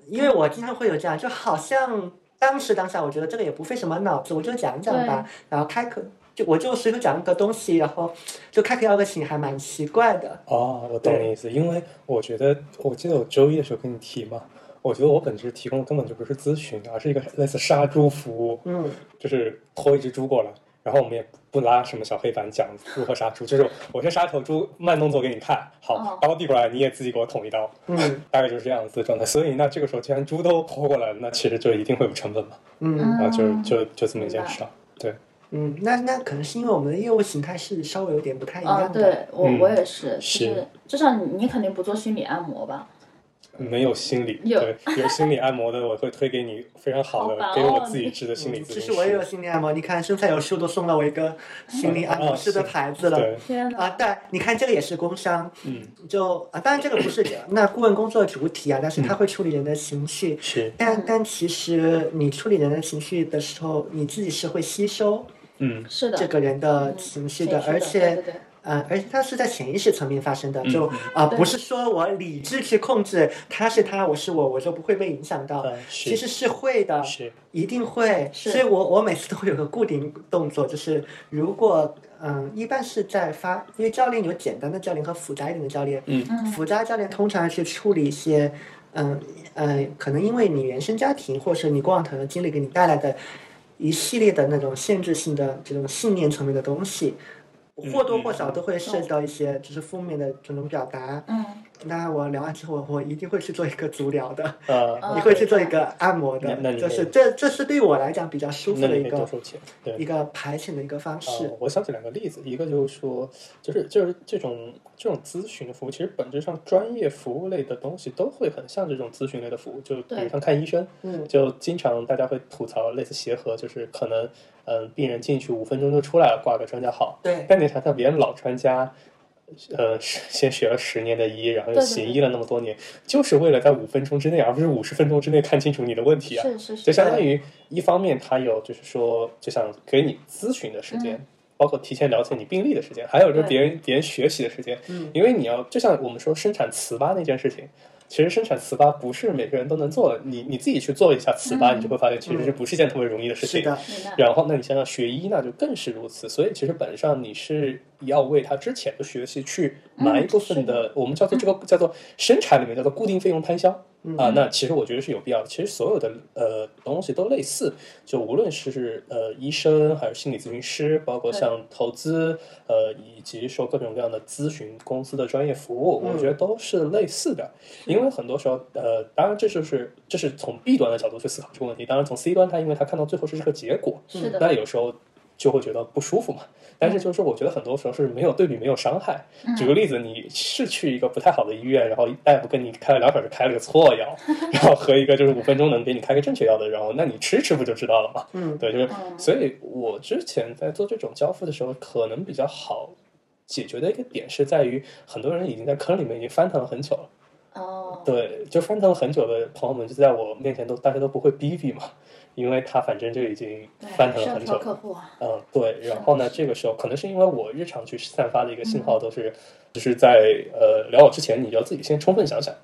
Speaker 2: 因为我经常会有这样，就好像当时当下我觉得这个也不费什么脑子，我就讲讲吧，然后开口就我就随口讲了个东西，然后就开口要个请，还蛮奇怪的。
Speaker 3: 哦，我懂你意思，因为我觉得，我记得我周一的时候跟你提嘛，我觉得我本质提供的根本就不是咨询，而是一个类似杀猪服务，
Speaker 2: 嗯，
Speaker 3: 就是拖一只猪过来，然后我们也不拉什么小黑板讲如何杀猪，就是我先杀头猪，慢动作给你看，好
Speaker 1: 哦，
Speaker 3: 刀递过来，你也自己给我捅一刀，
Speaker 2: 嗯
Speaker 3: 大概就是这样子的状态。所以那这个时候，既然猪都拖过来了，那其实就一定会有成本嘛，
Speaker 2: 嗯
Speaker 3: 啊，就
Speaker 1: 嗯
Speaker 3: 就就这么一件事儿。对，
Speaker 2: 嗯，那那可能是因为我们的业务形态是稍微有点不太一
Speaker 1: 啊，
Speaker 2: 样的。
Speaker 1: 对我
Speaker 3: 嗯
Speaker 1: 我也是，就是
Speaker 3: 是
Speaker 1: 至少你你肯定不做心理按摩吧？
Speaker 3: 没有心理，
Speaker 1: 有
Speaker 3: 对，有心理按摩的，我会推给你非常好
Speaker 1: 好
Speaker 3: 的，
Speaker 1: 烦
Speaker 3: 给我
Speaker 1: 哦
Speaker 3: 自己
Speaker 1: 你
Speaker 3: 治的心理咨
Speaker 2: 嗯其
Speaker 3: 询
Speaker 2: 实
Speaker 3: 师。
Speaker 2: 我也有心理按摩，你看身材有数都送了我一个心理按摩师的牌子了。
Speaker 3: 哦对，
Speaker 1: 天
Speaker 2: 啊，
Speaker 1: 哪！
Speaker 2: 但你看这个也是工伤，
Speaker 3: 嗯，
Speaker 2: 就啊，当然这个不是那顾问工作主体啊，但是他
Speaker 3: 嗯
Speaker 2: 会处理人的情绪，
Speaker 3: 是，
Speaker 2: 但但其实你处理人的情绪的时候，你自己是会吸收
Speaker 3: 嗯
Speaker 1: 是的，嗯
Speaker 2: 这个人的情绪的，
Speaker 1: 情绪
Speaker 2: 而
Speaker 1: 对对
Speaker 2: 且
Speaker 1: 对
Speaker 2: 呃，而且它是在潜意识层面发生的，
Speaker 3: 嗯
Speaker 2: 就
Speaker 3: 嗯
Speaker 2: 啊、
Speaker 1: 对
Speaker 2: 不是说我理智去控制，他是他，我是我，我就不会被影响到。
Speaker 3: 嗯是
Speaker 2: 其实是会的，
Speaker 3: 是，
Speaker 2: 一定会，
Speaker 1: 是
Speaker 2: 所以我我每次都会有个固定动作，就是如果嗯，一般是在发，因为教练有简单的教练和复杂一点的教练，
Speaker 3: 嗯
Speaker 1: 嗯
Speaker 2: 复杂教练通常去处理一些嗯呃，可能因为你原生家庭或是你过往的经历给你带来的一系列的那种限制性的这种信念层面的东西。或
Speaker 1: 嗯
Speaker 2: 多或少都会涉及到一些就是负面的这种表达。
Speaker 1: 嗯，
Speaker 2: 那我聊完之后，我我一定会去做一个足疗的。
Speaker 1: 嗯
Speaker 3: 呃，
Speaker 1: 哦
Speaker 2: 你会去做一个按摩的
Speaker 3: 那那，你
Speaker 2: 就
Speaker 3: 可以
Speaker 2: 是这这是对我来讲比较舒服
Speaker 3: 嗯那
Speaker 2: 的
Speaker 3: 你
Speaker 2: 一
Speaker 3: 可以多
Speaker 2: 个
Speaker 3: 收钱，
Speaker 2: 一
Speaker 3: 对。
Speaker 2: 个排遣的一个方式
Speaker 3: 呃。，我想起两个例子，一个就是说，就是就是这种这种咨询服务，其实本质上专业服务类的东西都会很像这种咨询类的服务，就比
Speaker 1: 对
Speaker 3: 如像看医生，
Speaker 2: 嗯
Speaker 3: 就经常大家会吐槽类似协和，就是可能嗯、呃病人进去五分钟就出来了，挂个专家号，
Speaker 2: 对，
Speaker 3: 但你想想别人老专家。呃，是先学了十年的医，然后又
Speaker 1: 对对
Speaker 3: 行
Speaker 1: 对
Speaker 3: 医了那么多年，就是为了在五分钟之内，而不是五十分钟之内看清楚你的问题啊。
Speaker 1: 是是是，
Speaker 3: 就相当于一方面，它有就是说，就像给你咨询的时间，包括提前了解你病历的时间，还有就是
Speaker 1: 对
Speaker 3: 别人别人学习的时间。
Speaker 2: 嗯
Speaker 3: 因为你要就像我们说生产糍粑那件事情，其实生产糍粑不是每个人都能做的，你你自己去做一下糍粑，
Speaker 1: 嗯
Speaker 3: 你就会发现其实是不是一件特别容易的事
Speaker 2: 是
Speaker 3: 情。
Speaker 2: 的，
Speaker 1: 明白
Speaker 3: 然后，那你想想学医，那就更是如此。所以，其实本质上你是要为他之前的学习去买一部分的，我们叫做这个叫做生产里面叫做固定费用摊销、啊。那其实我觉得是有必要的。其实所有的呃东西都类似，就无论是呃医生还是心理咨询师，包括
Speaker 1: 对
Speaker 3: 像投资呃以及说各种各样的咨询公司的专业服务，我觉得都是类似的。因为很多时候，呃，当然这就是这是从 B 端的角度去思考这个问题。当然从 C 端，他因为他看到最后是这个结果，
Speaker 1: 是的，嗯
Speaker 3: 那有时候就会觉得不舒服嘛。但是就是我觉得很多时候是没有对比，没有伤害。举个例子，你是去一个不太好的医院，然后大夫跟你开了两小时开了个错
Speaker 1: (laughs)
Speaker 3: 药，然后和一个就是五分钟能给你开个正确药的，然后那你吃吃不就知道了嘛？
Speaker 2: 嗯
Speaker 3: 对，就是
Speaker 1: 嗯
Speaker 3: 所以，我之前在做这种交付的时候，可能比较好解决的一个点是在于，很多人已经在坑里面已经翻腾了很久了。
Speaker 1: 哦，
Speaker 3: 对，就翻腾了很久的朋友们，就在我面前都大家都不会逼逼嘛，因为他反正就已经
Speaker 1: 对
Speaker 3: 翻腾了
Speaker 1: 上
Speaker 3: 很久
Speaker 1: 头
Speaker 3: 了。
Speaker 1: 客户啊，
Speaker 3: 嗯，对。然后呢，这个时候可能是因为我日常去散发的一个信
Speaker 1: 嗯
Speaker 3: 号都是，就是在呃聊我之前，你要自己先充分想想，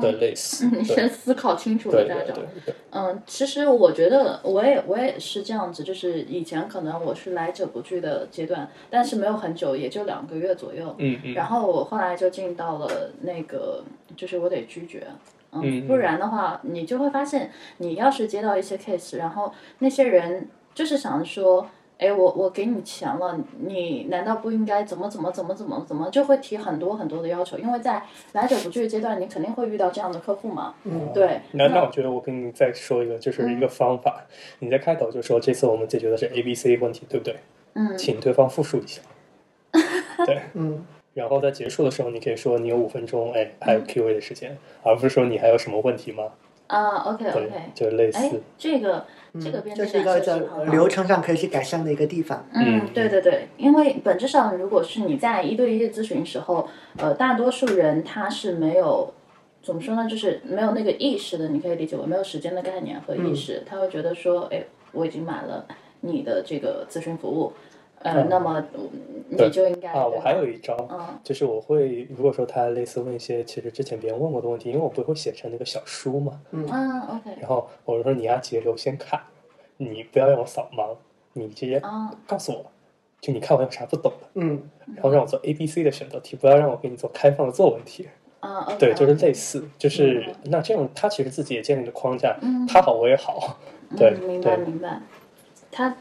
Speaker 1: (laughs)
Speaker 3: 对，类似，
Speaker 1: 嗯，
Speaker 3: 对
Speaker 1: 先思考清楚
Speaker 3: 对
Speaker 1: 了
Speaker 3: 对
Speaker 1: 再找
Speaker 3: 对。对，
Speaker 1: 嗯，其实我觉得我也我也是这样子，就是以前可能我是来者不拒的阶段，但是没有很久，也就两个月左右。
Speaker 3: 嗯嗯
Speaker 1: 然后我后来就进到了那个，就是我得拒绝。
Speaker 3: 嗯嗯
Speaker 1: 不然的话，你就会发现，你要是接到一些 case，然后那些人就是想说，哎，我我给你钱了，你难道不应该怎么怎么怎么怎么怎么，就会提很多很多的要求，因为在来者不拒的阶段，你肯定会遇到这样的客户嘛。
Speaker 3: 哦
Speaker 2: 嗯
Speaker 1: 对，
Speaker 3: 那那我觉得我跟你再说一个，就是
Speaker 1: 嗯
Speaker 3: 一个方法。你在开头就说这次我们解决的是 A、B、C 问题，对不对？
Speaker 1: 嗯，
Speaker 3: 请对方复述一下。 (laughs) 对，
Speaker 2: 嗯
Speaker 3: 然后在结束的时候，你可以说你有五分钟，哎，还有 Q&A 的时间，而不是说你还有什么问题吗？
Speaker 1: 啊，OK
Speaker 3: 对
Speaker 1: OK，，
Speaker 3: 就类
Speaker 1: 哎
Speaker 3: 似，，
Speaker 1: 这个这个边
Speaker 2: 嗯这
Speaker 1: 界
Speaker 2: 是一
Speaker 1: 感哦
Speaker 2: 个
Speaker 1: 确实
Speaker 2: 在
Speaker 1: 很好。
Speaker 2: 流程上可以去改善的一个地方。
Speaker 1: 嗯
Speaker 3: 嗯，
Speaker 1: 对对对，因为本质上，如果是你在一对一的咨询时候，呃，大多数人他是没有怎么说呢，就是没有那个意识的，你可以理解为没有时间的概念和
Speaker 3: 嗯
Speaker 1: 意识，他会觉得说，哎，我已经买了你的这个咨询服务，呃，那么你就应该
Speaker 3: 嗯啊，我还有
Speaker 1: 一
Speaker 3: 一招，
Speaker 1: 哎嗯
Speaker 3: 就是我会如果说他类似问一些其实之前别人问过的问题，因为我不会写成那个小书嘛，
Speaker 1: 嗯，OK，
Speaker 3: 然后我就说你要截留先看，你不要让我扫盲，你直接
Speaker 1: 啊
Speaker 3: 告诉我，就你看我有啥不懂的，
Speaker 2: 嗯，
Speaker 3: 然后让我做 A、B、C 的选择题，不要让我给你做开放的作文题。
Speaker 1: 啊，OK，
Speaker 3: 对，就是类似，就是那这样，他其实自己也建立了框架
Speaker 1: 嗯，
Speaker 3: 他好我也好，对
Speaker 1: 嗯、明白
Speaker 3: 对
Speaker 1: 明白。他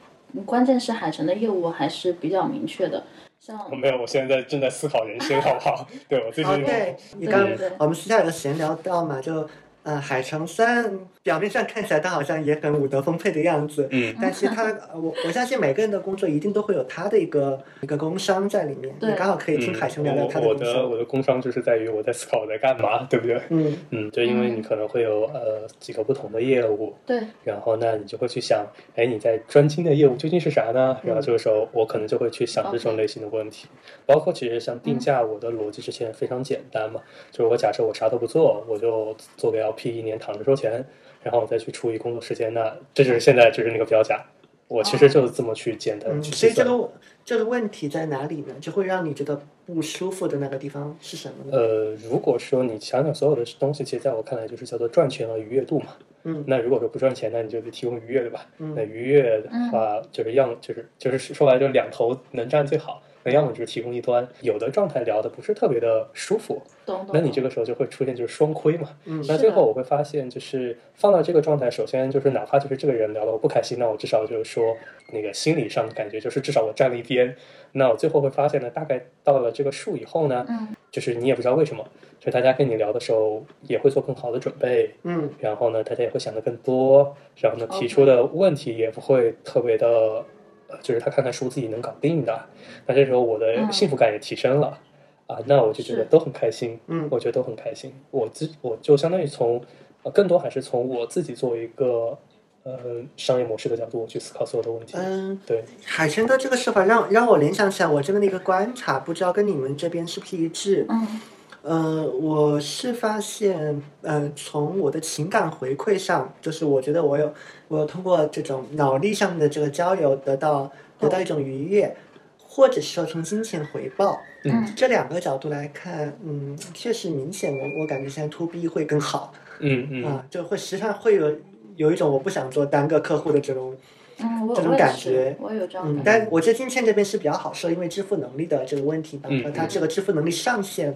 Speaker 1: 关键是海城的业务还是比较明确的，像
Speaker 3: 我 (laughs) 没有，我现在正在思考人生，好不好？ (laughs) 对我最
Speaker 2: 哦，
Speaker 3: 近
Speaker 2: 对，你
Speaker 1: 对
Speaker 2: 刚
Speaker 1: 对
Speaker 2: 我们私下有闲聊到嘛，就呃，海城虽然表面上看起来他好像也很武德丰沛的样子，
Speaker 3: 嗯
Speaker 1: (laughs)
Speaker 2: 但是他，呃我我相信每个人的工作一定都会有他的一个一个工伤在里面。
Speaker 1: 对
Speaker 2: 你刚好可以听海城聊聊他
Speaker 3: 嗯我我
Speaker 2: 工
Speaker 3: 的
Speaker 2: 伤。
Speaker 3: 我的工伤就是在于我在思考我在干嘛，对不对？
Speaker 2: 嗯
Speaker 3: 嗯，就因为
Speaker 1: 嗯
Speaker 3: 你可能会有呃几个不同的业务，
Speaker 1: 对，
Speaker 3: 然后那你就会去想，哎，你在专精的业务究竟是啥呢？
Speaker 2: 嗯
Speaker 3: 然后这个时候我可能就会去想这种类型的问题，包括其实像定价，我的逻辑之前非常简单嘛，就是我假设我啥都不做，我就做个 LP 一年躺着收钱，然后我再去除以工作时间，那这就是现在就是那个标价，我其实就是这么去简单
Speaker 2: 嗯，
Speaker 3: 呃去
Speaker 2: 所
Speaker 3: 计
Speaker 2: 以这
Speaker 3: 算。
Speaker 2: 个这个问题在哪里呢？就会让你觉得不舒服的那个地方是什么呢？
Speaker 3: 呃，如果说你想想所有的东西，其实在我看来就是叫做赚钱和愉悦度嘛。
Speaker 2: 嗯
Speaker 3: 那如果说不赚钱，那你就得提供愉悦，对吧？
Speaker 2: 嗯
Speaker 3: 那愉悦的话，就是要么就是就是说白了，就两头能占最好。那要么就是提供一端，有的状态聊的不是特别的舒服，
Speaker 1: 懂懂。
Speaker 3: 那你这个时候就会出现就是双亏嘛。
Speaker 2: 嗯
Speaker 1: 嗯
Speaker 3: 那
Speaker 1: 是
Speaker 3: 最
Speaker 1: 的
Speaker 3: 后我会发现，就是放到这个状态，首先就是哪怕就是这个人聊得我不开心，那我至少就是说那个心理上的感觉，就是至少我站了一边。那我最后会发现呢，大概到了这个数以后呢，
Speaker 1: 嗯
Speaker 3: 就是你也不知道为什么，就大家跟你聊的时候也会做更好的准备，
Speaker 2: 嗯
Speaker 3: 然后呢，大家也会想的更多，然后呢，
Speaker 1: OK
Speaker 3: 提出的问题也不会特别的，呃就是他看看书自己能搞定的。那这时候我的
Speaker 1: 嗯
Speaker 3: 幸福感也提升了，啊，那我就觉得
Speaker 1: 是
Speaker 3: 都很开心，
Speaker 2: 嗯
Speaker 3: 我觉得都很开心。我自我就相当于从，呃，更多还是从我自己作为一个，呃，商业模式的角度，我去思考所有的问题。
Speaker 2: 嗯，
Speaker 3: 对，
Speaker 2: 海城的这个说法让让我联想起来我这边的一个观察，不知道跟你们这边是不是一致？
Speaker 1: 嗯
Speaker 2: 呃，我是发现，呃，从我的情感回馈上，就是我觉得我有，我有通过这种脑力上的这个交流，得到得
Speaker 3: 哦
Speaker 2: 到一种愉悦，或者是说从金钱回报，
Speaker 1: 嗯
Speaker 2: 这两个角度来看，嗯，确实明显的，我感觉现在 to B 会更好
Speaker 3: 嗯
Speaker 2: 啊、
Speaker 3: 嗯
Speaker 2: 就会时常会有有一种我不想做单个客户的这种，
Speaker 1: 嗯，我
Speaker 2: 这种
Speaker 1: 我也
Speaker 2: 感
Speaker 1: 是
Speaker 2: 觉
Speaker 1: 我也有这样
Speaker 2: 嗯
Speaker 1: 的，感觉。
Speaker 2: 但我觉得金钱这边是比较好说，因为支付能力的这个问题吧
Speaker 3: 嗯，
Speaker 2: 和它这个支付能力上限，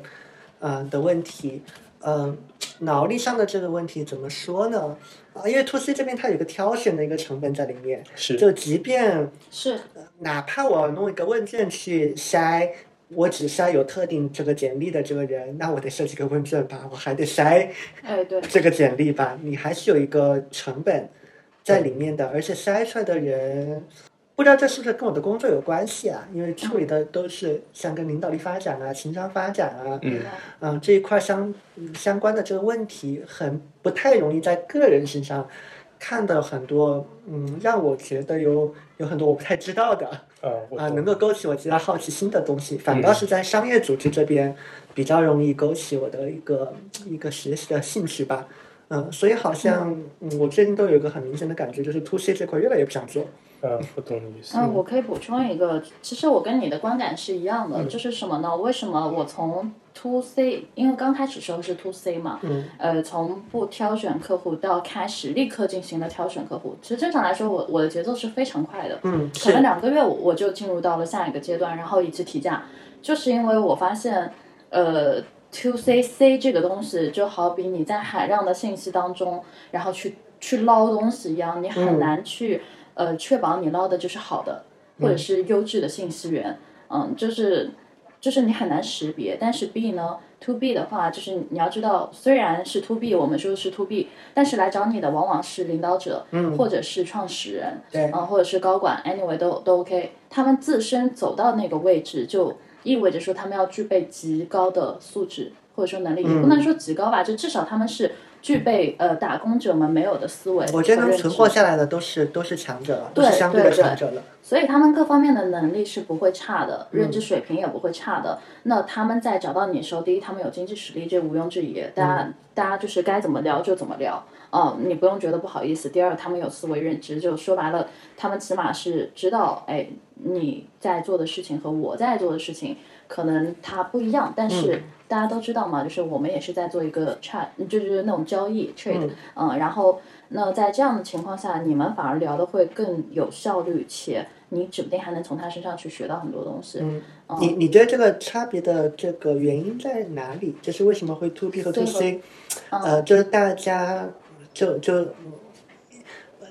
Speaker 2: 嗯的问题，嗯，脑力上的这个问题怎么说呢？啊，因为 to C 这边它有一个挑选的一个成本在里面，
Speaker 3: 是，
Speaker 2: 就即便
Speaker 1: 是
Speaker 2: 哪怕我弄一个问卷去筛，我只筛有特定这个简历的这个人，那我得设计个问卷吧，我还得筛
Speaker 1: 哎对，
Speaker 2: 这个简历吧，你还是有一个成本在里面的，而且筛出来的人，不知道这是不是跟我的工作有关系啊？因为处理的都是像跟领导力发展啊、情商发展啊，
Speaker 3: 嗯
Speaker 2: 嗯，这一块相嗯相关的这个问题，很不太容易在个人身上看到很多，嗯，让我觉得有有很多我不太知道的
Speaker 3: 啊，我
Speaker 2: 啊、
Speaker 3: 懂嗯
Speaker 2: 能够勾起我其他好奇心的东西，反倒是在商业组织这边比较容易勾起我的一个一个学习的兴趣吧。嗯，所以好像嗯，我最近都有一个很明显的感觉，就是 to C 这块越来越不想做。
Speaker 3: 嗯，我懂你意思。
Speaker 1: 那我可以补充一个，其实我跟你的观感是一样
Speaker 2: 嗯
Speaker 1: 的，就是什么呢？为什么我从 to C，因为刚开始时候是 to C 嘛，
Speaker 2: 嗯
Speaker 1: 呃，从不挑选客户到开始立刻进行了挑选客户，其实正常来说，我我的节奏是非常快的，
Speaker 2: 嗯，
Speaker 1: 可
Speaker 2: 是
Speaker 1: 能两个月我我就进入到了下一个阶段，然后一直提价，就是因为我发现，呃，to C C 这个东西就好比你在海量的信息当中，然后去去捞东西一样，你
Speaker 2: 嗯
Speaker 1: 很难去、呃确保你捞的就是好的或
Speaker 2: 嗯
Speaker 1: 者是优质的信息源，嗯，就是就是你很难识别，但是 B 呢，to B 的话，就是你要知道，虽然是 to B，我们说是 to B，但是来找你的往往是领导者，嗯，或者是创始人，
Speaker 2: 对
Speaker 1: 嗯、或者是高管，anyway 都都 OK，他们自身走到那个位置，就意味
Speaker 2: 嗯
Speaker 1: 着说他们要具备极高的素质或者说能力，也不能说极高吧，就至少他们是具备呃打工者们没有的思维。
Speaker 2: 我觉
Speaker 1: 和
Speaker 2: 得能
Speaker 1: 认
Speaker 2: 存
Speaker 1: 知
Speaker 2: 活下来的都是都是强者了，都
Speaker 1: 对
Speaker 2: 是相对
Speaker 1: 对
Speaker 2: 的强
Speaker 1: 对
Speaker 2: 者了。
Speaker 1: 所以他们各方面的能力是不会差的，认知水平也不会差的。那他们在找到你的时候，第一，他们有经济实力，这毋庸置疑，大家、大家就是该怎么聊就怎么聊，嗯，你不用觉得不好意思。第二，他们有思维认知，就说白了，他们起码是知道，哎，你在做的事情和我在做的事情可能它不一样，但是大家都知道嘛，就是我们也是在做一个 trade，就是那种交易 trade，嗯然后那在这样的情况下，你们反而聊的会更有效率，且你指不定还能从他身上去学到很多东西。嗯，
Speaker 2: 你你觉得这个差别的这个原因在哪里？就是为什么会 to B 和 to C？呃，
Speaker 1: 嗯
Speaker 2: 就是大家就就，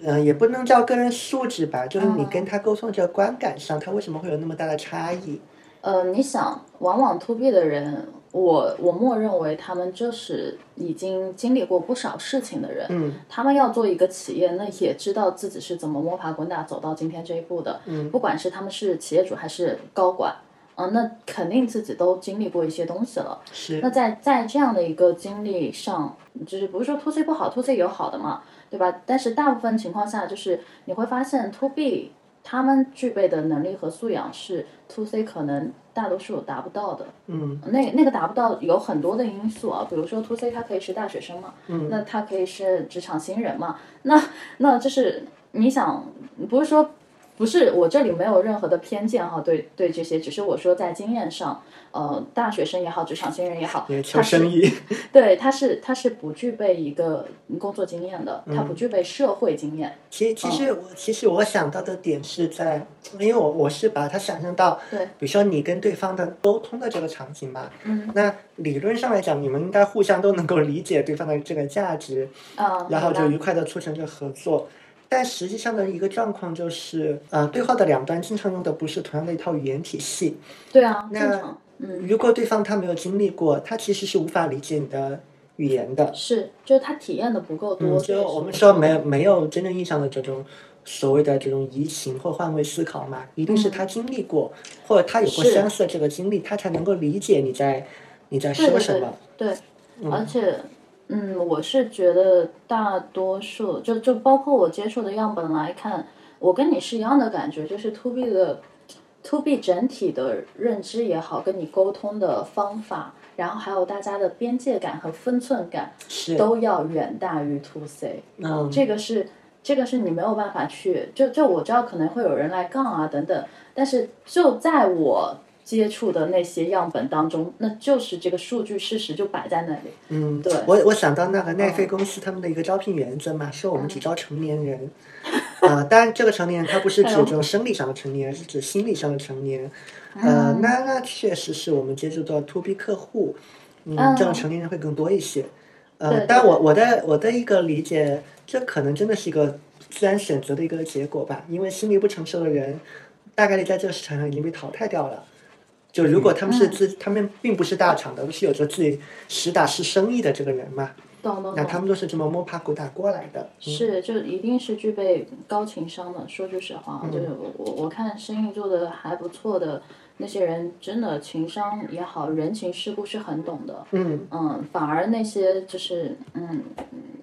Speaker 2: 嗯，也不能叫个人素质吧，就是你
Speaker 1: 嗯
Speaker 2: 跟他沟通这个观感上，他为什么会有那么大的差异？
Speaker 1: 呃，你想，往往 to B 的人，我我默认为他们就是已经经历过不少事情的人，嗯，他们要做一个企业，那也知道自己是怎么摸爬滚打走到今天这一步的，嗯，不管是他们是企业主还是高管，嗯、那肯定自己都经历过一些东西了，
Speaker 2: 是
Speaker 1: 那在在这样的一个经历上，就是不是说 to C 不好，to C 有好的嘛，对吧？但是大部分情况下，就是你会发现 to B 他们具备的能力和素养是 to C 可能大多数达不到的。嗯，那那个达不到有很多的因素啊，比如说 to C 他可以是大学生嘛，嗯，那他可以是职场新人嘛，那那就是你想，不是说不是我这里没有任何的偏见哈，对对这些，只是我说在经验上，呃，大学生也好，职场新人也好，
Speaker 2: 求生意，
Speaker 1: 对，他是他是不具备一个工作经验的，
Speaker 2: 嗯
Speaker 1: 他不具备社会经验。
Speaker 2: (laughs)
Speaker 1: 嗯
Speaker 2: 其其实我其实我想到的点是在，因为我我是把它想象到，
Speaker 1: 对
Speaker 2: 比如说你跟对方的沟通的这个场景嘛，嗯，那理论上来讲，你们应该互相都能够理解对方的这个价值，
Speaker 1: 啊，
Speaker 2: 然后
Speaker 1: 好吧
Speaker 2: 就愉快的促成这个合作。但实际上的一个状况就是，呃，对话的两端经常用的不是同样的一套语言体系。
Speaker 1: 对啊，
Speaker 2: 那
Speaker 1: 正常，嗯，
Speaker 2: 如果对方他没有经历过，他其实是无法理解你的语言的。嗯
Speaker 1: 是，就是他体验的不够多。
Speaker 2: 就
Speaker 1: 这也
Speaker 2: 我
Speaker 1: 是
Speaker 2: 们说没有没有真正意义上的这种所谓的这种移情或换位思考嘛，一定是他经历过，或者他有过
Speaker 1: 嗯是
Speaker 2: 相似的这个经历，他才能够理解你在你在
Speaker 1: 对
Speaker 2: 说
Speaker 1: 对
Speaker 2: 什么。
Speaker 1: 对，而且，嗯，我是觉得大多数就就包括我接触的样本来看，我跟你是一样的感觉，就是 to B 的 to B 整体的认知也好，跟你沟通的方法，然后还有大家的边界感和分寸感，都要远大于 to C。
Speaker 2: 嗯，
Speaker 1: 这个是这个是你没有办法去，就就我知道可能会有人来杠啊等等，但是就在我接触的那些样本当中，那就是这个数据事实就摆在那里。
Speaker 2: 嗯，
Speaker 1: 对
Speaker 2: 我我想到那个奈飞公司他们的一个招聘原则嘛，说我们只招成年人。呃，当然这个成年人他不是指这种生理上的成年，是指心理上的成年。呃，那那确实是我们接触到 to B 客户，嗯，这种成年人会更多一些。
Speaker 1: 对
Speaker 2: 呃
Speaker 1: 对，
Speaker 2: 但我我的我的一个理解，这可能真的是一个自然选择的一个结果吧，因为心理不成熟的人，大概率在这个市场上已经被淘汰掉了。就如果他们
Speaker 1: 嗯
Speaker 2: 是自，他们并不是大厂的，不是有着自己实打实生意的这个人嘛，
Speaker 1: 懂懂
Speaker 2: 那
Speaker 1: 懂。
Speaker 2: 他们都是这么摸爬滚打过来的。
Speaker 1: 是，就一定是具备高情商的。说句实话，就是
Speaker 2: 嗯
Speaker 1: 我我我看生意做的还不错的那些人，真的情商也好，人情世故是很懂的。嗯反而那些就是嗯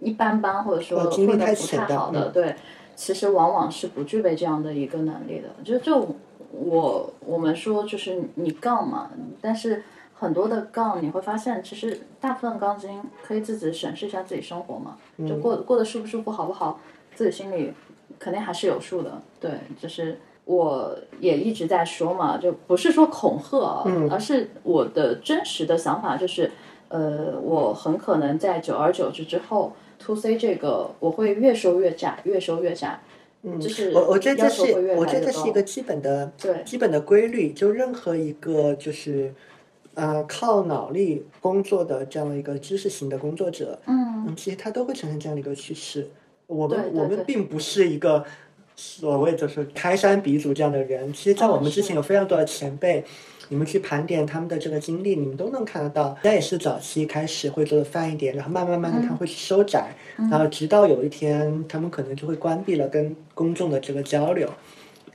Speaker 1: 一般般，或者说
Speaker 2: 哦
Speaker 1: 混
Speaker 2: 经历
Speaker 1: 得
Speaker 2: 太
Speaker 1: 不
Speaker 2: 浅
Speaker 1: 太
Speaker 2: 的
Speaker 1: 好的，
Speaker 2: 嗯
Speaker 1: 对，其实往往是不具备这样的一个能力的。就就我我们说就是你杠嘛，但是。很多的杠，你会发现，其实大部分杠精可以自己审视一下自己生活嘛，
Speaker 2: 嗯
Speaker 1: 就过过得舒不舒服，好不好，自己心里肯定还是有数的。对，就是我也一直在说嘛，就不是说恐吓啊，
Speaker 2: 嗯
Speaker 1: 而是我的真实的想法就是，呃，我很可能在久而久之之后，to C 这个我会越收越窄，越收越窄。嗯，就是
Speaker 2: 我我觉得这
Speaker 1: 要求
Speaker 2: 是
Speaker 1: 会越来
Speaker 2: 我觉得
Speaker 1: 越
Speaker 2: 这是
Speaker 1: 高
Speaker 2: 一个基本的
Speaker 1: 对
Speaker 2: 基本的规律，就任何一个就是呃靠脑力工作的这样的一个知识型的工作者，
Speaker 1: 嗯，
Speaker 2: 其实他都会呈现这样的一个趋势。我们
Speaker 1: 对对
Speaker 2: 我们
Speaker 1: 对
Speaker 2: 并不是一个所谓就是开山鼻祖这样的人，其实，在
Speaker 1: 嗯
Speaker 2: 我们之
Speaker 1: 是
Speaker 2: 前有非常多的前辈。你们去盘点他们的这个经历，你们都能看得到。那也是早期开始会做的泛一点，然后慢慢慢慢
Speaker 1: 嗯
Speaker 2: 他会去收窄，然后直到有一天他们可能就会关闭了跟公众的这个交流。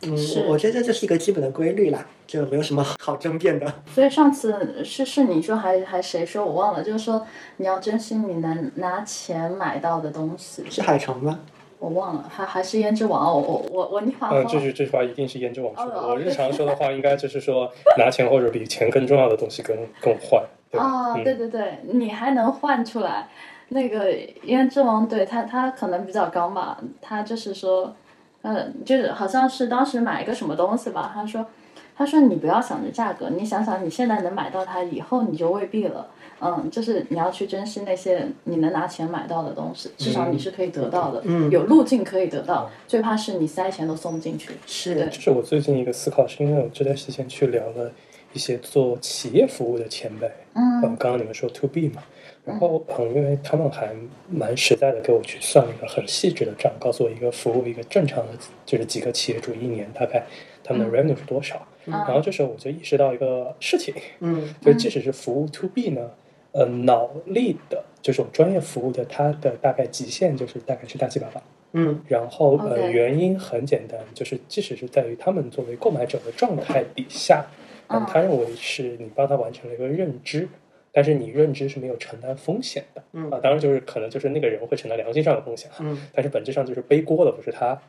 Speaker 2: 嗯，
Speaker 1: 是
Speaker 2: 我我觉得这就是一个基本的规律啦，就没有什么好争辩的。
Speaker 1: 所以上次是是你说还还谁说我忘了，就是说你要珍惜你能拿钱买到的东西，
Speaker 2: 是海城吗？
Speaker 1: 我忘了，还还是胭脂王，我我我我你好
Speaker 3: 嗯，这句这句话一定是胭脂王说的。
Speaker 1: 哦
Speaker 3: 我日常说的话应该就是说，拿钱或者比钱更重要的东西更更换，对吧？
Speaker 1: 啊，
Speaker 3: 嗯
Speaker 1: 对对对，你还能换出来。那个胭脂王，对他他可能比较刚吧，他就是说，呃，就是好像是当时买一个什么东西吧，他说，他说你不要想着价格，你想想你现在能买到它，以后你就未必了。嗯，就是你要去珍惜那些你能拿钱买到的东西，至少你是可以得到的，
Speaker 2: 嗯
Speaker 1: 有路径可以得
Speaker 3: 嗯
Speaker 1: 到，最怕是你塞钱都塞不进去。对
Speaker 2: 是，
Speaker 3: 这是我最近一个思考，是因为我这段时间去聊了一些做企业服务的前辈，嗯，刚刚你们说 to B 嘛，然后嗯，因为他们还蛮实在的，给我去算了一个很细致的账，告诉我一个服务一个正常的就是几个企业主一年大概他们的 revenue 是多少，
Speaker 1: 嗯
Speaker 3: 嗯然后这时候我就意识到一个事情，
Speaker 2: 嗯
Speaker 3: 就即使是服务 to B 呢，呃，脑力的这种专业服务的它的大概极限就是大概是大几百万。
Speaker 2: 嗯
Speaker 3: 然后呃，
Speaker 1: OK
Speaker 3: 原因很简单，就是即使是在于他们作为购买者的状态底下，嗯
Speaker 1: 嗯，
Speaker 3: 他认为是你帮他完成了一个认知，但是你认知是没有承担风险的
Speaker 2: 嗯
Speaker 3: 啊。当然就是可能就是那个人会承担良心上的风险啊，
Speaker 2: 嗯
Speaker 3: 但是本质上就是背锅的不是他，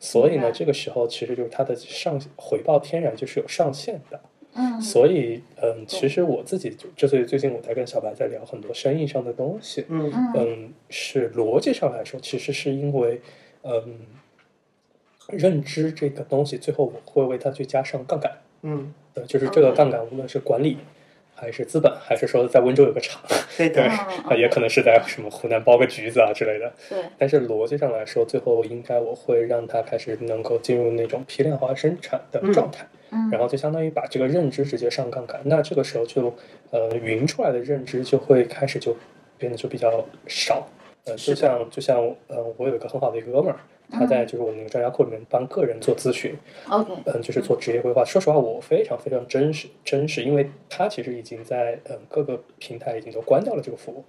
Speaker 3: 所以
Speaker 1: 明白
Speaker 3: 呢，这个时候其实就是他的上回报天然就是有上限的。
Speaker 1: 嗯，
Speaker 3: 所以，嗯，其实我自己就之所以最近我在跟小白在聊很多生意上的东西，
Speaker 2: 嗯
Speaker 1: 嗯
Speaker 3: 嗯，是逻辑上来说，其实是因为，嗯，认知这个东西，最后我会为它去加上杠杆，
Speaker 2: 嗯，
Speaker 3: 呃，就是
Speaker 1: 哦
Speaker 3: 这个杠杆，无论是管理，还是资本，还是说在温州有个厂，
Speaker 1: 嗯
Speaker 2: 对
Speaker 3: (laughs) 对，
Speaker 2: 的，
Speaker 3: 啊，也可能是在什么湖南包个橘子啊之类的，
Speaker 1: 对，
Speaker 3: 但是逻辑上来说，最后应该我会让它开始能够进入那种批量化生产的状态，
Speaker 1: 嗯
Speaker 3: 然后就相当于把这个认知直接上杠杆。那这个时候就呃匀出来的认知就会开始就变得就比较少。呃，
Speaker 2: 是的
Speaker 3: 就像就像呃，我有一个很好的一个哥们儿，他在就是我那个专家课里面帮个人做咨询，
Speaker 1: ，OK，
Speaker 3: 嗯，就是做职业规划。说实话，我非常非常真实真实，因为他其实已经在嗯各个平台已经都关掉了这个服务。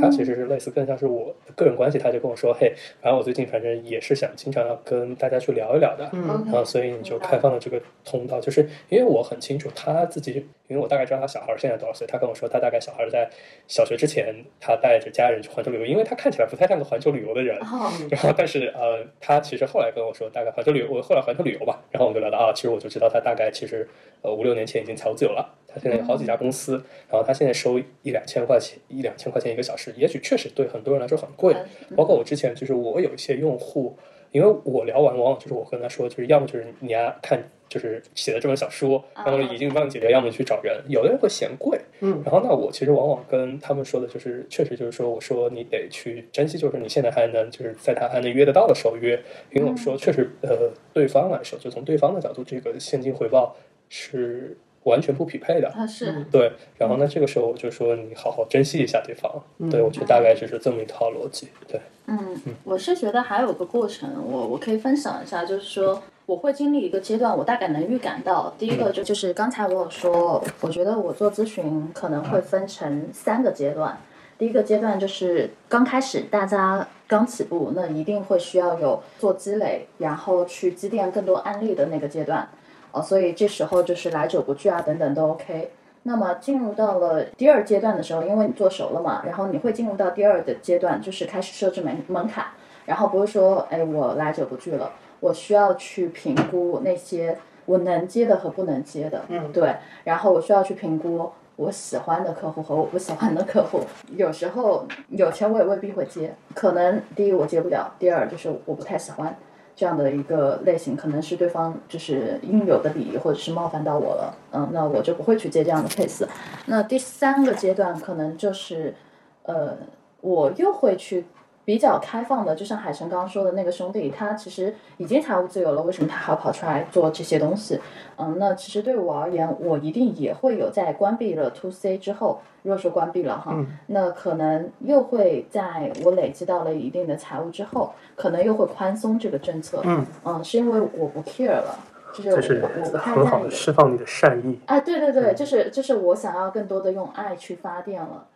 Speaker 3: 他
Speaker 1: 嗯
Speaker 3: 其实是类似更像是我的个人关系，他就跟我说，嘿，反正我最近反正也是想经常要跟大家去聊一聊的，
Speaker 2: 嗯
Speaker 1: OK
Speaker 3: 然后所以你就
Speaker 1: 明白
Speaker 3: 开放了这个通道，就是因为我很清楚他自己，因为我大概知道他小孩现在多少岁，他跟我说他大概小孩在小学之前，他带着家人去环球旅游，因为他看起来不太像个环球旅游的人，
Speaker 1: 哦，
Speaker 3: 然后，但是呃，他其实后来跟我说，大概环球旅游，我后来环球旅游吧，然后我们就聊到啊，其实我就知道他大概其实呃五六年前已经财务自由了，他现在有好几家公司，然后他现在收一两千块钱，一两千块钱一个小时，也许确实对很多人来说很贵，
Speaker 1: 嗯
Speaker 3: 包括我之前就是我有一些用户，因为我聊完往往就是我跟他说，就是要么就是你呀看就是写的这本小说，然后已经帮你解决，要么去找人，有的人会嫌贵，
Speaker 2: 嗯
Speaker 3: 然后呢，我其实往往跟他们说的就是，确实就是说，我说你得去珍惜，就是你现在还能就是在他还能约得到的时候约，因为我说确实，呃，对方来说，就从对方的角度，这个现金回报是完全不匹配的。
Speaker 1: 他啊是
Speaker 3: 对，然后呢，这个时候我就说你好好珍惜一下对方。对，我觉得大概就是这么一套逻辑。对，
Speaker 1: 嗯，我是觉得还有个过程，我我可以分享一下，就是说我会经历一个阶段，我大概能预感到，第一个就就是刚才我有说，我觉得我做咨询可能会分成三个阶段，第一个阶段就是刚开始大家刚起步，那一定会需要有做积累，然后去积淀更多案例的那个阶段，哦，所以这时候就是来者不拒啊，等等都 OK。那么进入到了第二阶段的时候，因为你做熟了嘛，然后你会进入到第二的阶段，就是开始设置门门槛，然后不是说，哎，我来者不拒了，我需要去评估那些我能接的和不能接的，嗯，对，然后我需要去评估我喜欢的客户和我不喜欢的客户，有时候有钱我也未必会接，可能第一我接不了，第二就是我不太喜欢，这样的一个类型，可能是对方就是应有的礼仪，或者是冒犯到我了，嗯，那我就不会去接这样的 case。那第三个阶段可能就是，呃，我又会去比较开放的，就像海晨刚刚说的那个兄弟，他其实已经财务自由了，为什么他还要跑出来做这些东西？嗯，那其实对我而言，我一定也会有在关闭了 to C 之后，如果说关闭了哈，那可能又会在我累积到了一定的财务之后，可能又会宽松这个政策。
Speaker 2: 嗯
Speaker 1: 是因为我不 care 了，就是我我我不太在意。
Speaker 3: 放你的善意。
Speaker 1: 啊，对对对，就是就是我想要更多的用啊爱去发电了，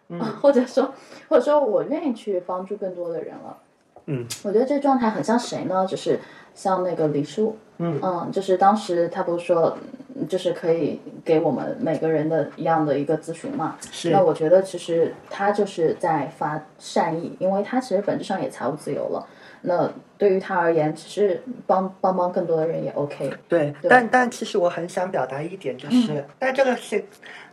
Speaker 1: 或者说或者说我愿意去帮助更多的人了。
Speaker 3: 嗯，
Speaker 1: 我觉得这状态很像谁呢？就是像那个李叔，啊
Speaker 2: 嗯
Speaker 1: 就是当时他不是说，嗯就是可以给我们每个人的一样的一个咨询嘛。
Speaker 2: 是
Speaker 1: 那我觉得其实他就是在发善意，因为他其实本质上也财务自由了。那对于他而言，其实帮帮帮更多的人也 OK。
Speaker 2: 对，但但其实我很想表达一点，就是，
Speaker 1: 嗯
Speaker 2: 但这个是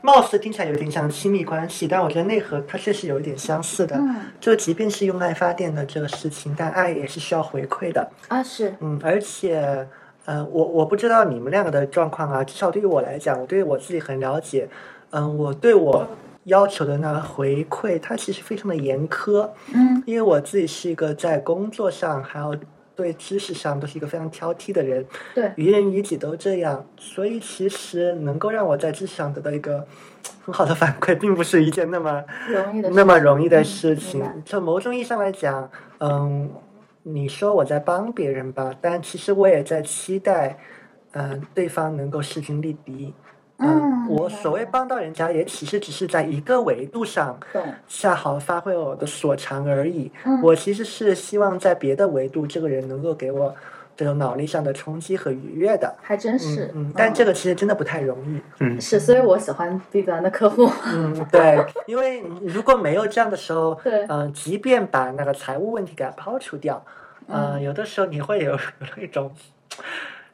Speaker 2: 貌似听起来有点像亲密关系，但我觉得内核它确实有一点相似的。
Speaker 1: 嗯
Speaker 2: 就即便是用爱发电的这个事情，但爱也是需要回馈的。
Speaker 1: 啊，是
Speaker 2: 嗯，而且，呃，我我不知道你们两个的状况啊，至少对于我来讲，我对我自己很了解。嗯，我对我要求的那回馈，它其实非常的严苛。
Speaker 1: 嗯
Speaker 2: 因为我自己是一个在工作上还有对知识上都是一个非常挑剔的人，
Speaker 1: 对
Speaker 2: 于人于己都这样，所以其实能够让我在知识上得到一个很好的反馈，并不是一件那么
Speaker 1: 容易的事情。
Speaker 2: 那么容易的事
Speaker 1: 嗯明
Speaker 2: 情
Speaker 1: 白。
Speaker 2: 从某种意义上来讲，嗯，你说我在帮别人吧，但其实我也在期待，嗯、对方能够势均力敌。呃
Speaker 1: 嗯
Speaker 2: 我
Speaker 1: 明白
Speaker 2: 所谓
Speaker 1: 明白
Speaker 2: 帮到人家，也其实只是在一个维度上
Speaker 1: 懂。
Speaker 2: 恰好发挥我的所长而已。
Speaker 1: 嗯
Speaker 2: 我其实是希望在别的维度，这个人能够给我这种脑力上的冲击和愉悦的。
Speaker 1: 还真
Speaker 2: 嗯
Speaker 1: 是。
Speaker 2: 嗯，但这
Speaker 1: 个
Speaker 2: 个其实真的不太容易。
Speaker 3: 嗯
Speaker 1: 是，所以我喜欢 B 端的客户。 (laughs)
Speaker 2: 嗯，对，因为如果没有这样的时候，
Speaker 1: 对
Speaker 2: 嗯、即便把那个财务问题给它抛除掉，嗯、有的时候你会有 (laughs) 有一种，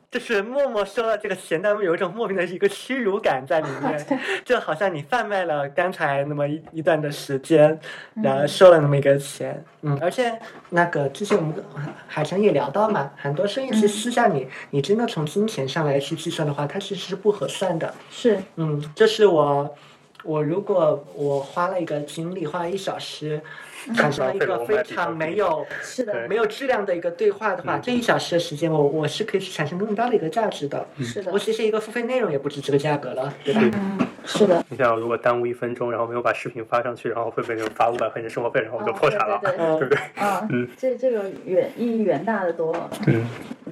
Speaker 2: 就是默默收了这个钱，但有一种莫名的一个屈辱感在里面，就好像你贩卖了刚才那么一一段的时间，然后收了那么一个钱，嗯，而且那个之前我们跟海城也聊到嘛，很多生意其实私下你、你真的从金钱上来去计算的话，它其实是不合算的，
Speaker 1: 是，
Speaker 2: 嗯，这是我，我如果我花了一个精力，花了一小时，产生了一个非常没有
Speaker 1: 是的，
Speaker 2: 没有质量的一个对话的话，这一小时的时间我，我是可以去产生更大的一个价值的。
Speaker 1: 是的嗯
Speaker 2: 我，其实一个付费内容也不值这个价格了，对吧？
Speaker 1: 是的。
Speaker 3: 你想，如果耽误一分钟，然后没有把视频发上去，然后会被那种罚五百块钱生活费，然后我就
Speaker 1: 哦
Speaker 3: 破产了，
Speaker 1: 对对
Speaker 2: 对
Speaker 3: 嗯 (laughs) 对不对？
Speaker 1: 啊，这这个远意义远大的多了。
Speaker 3: 嗯，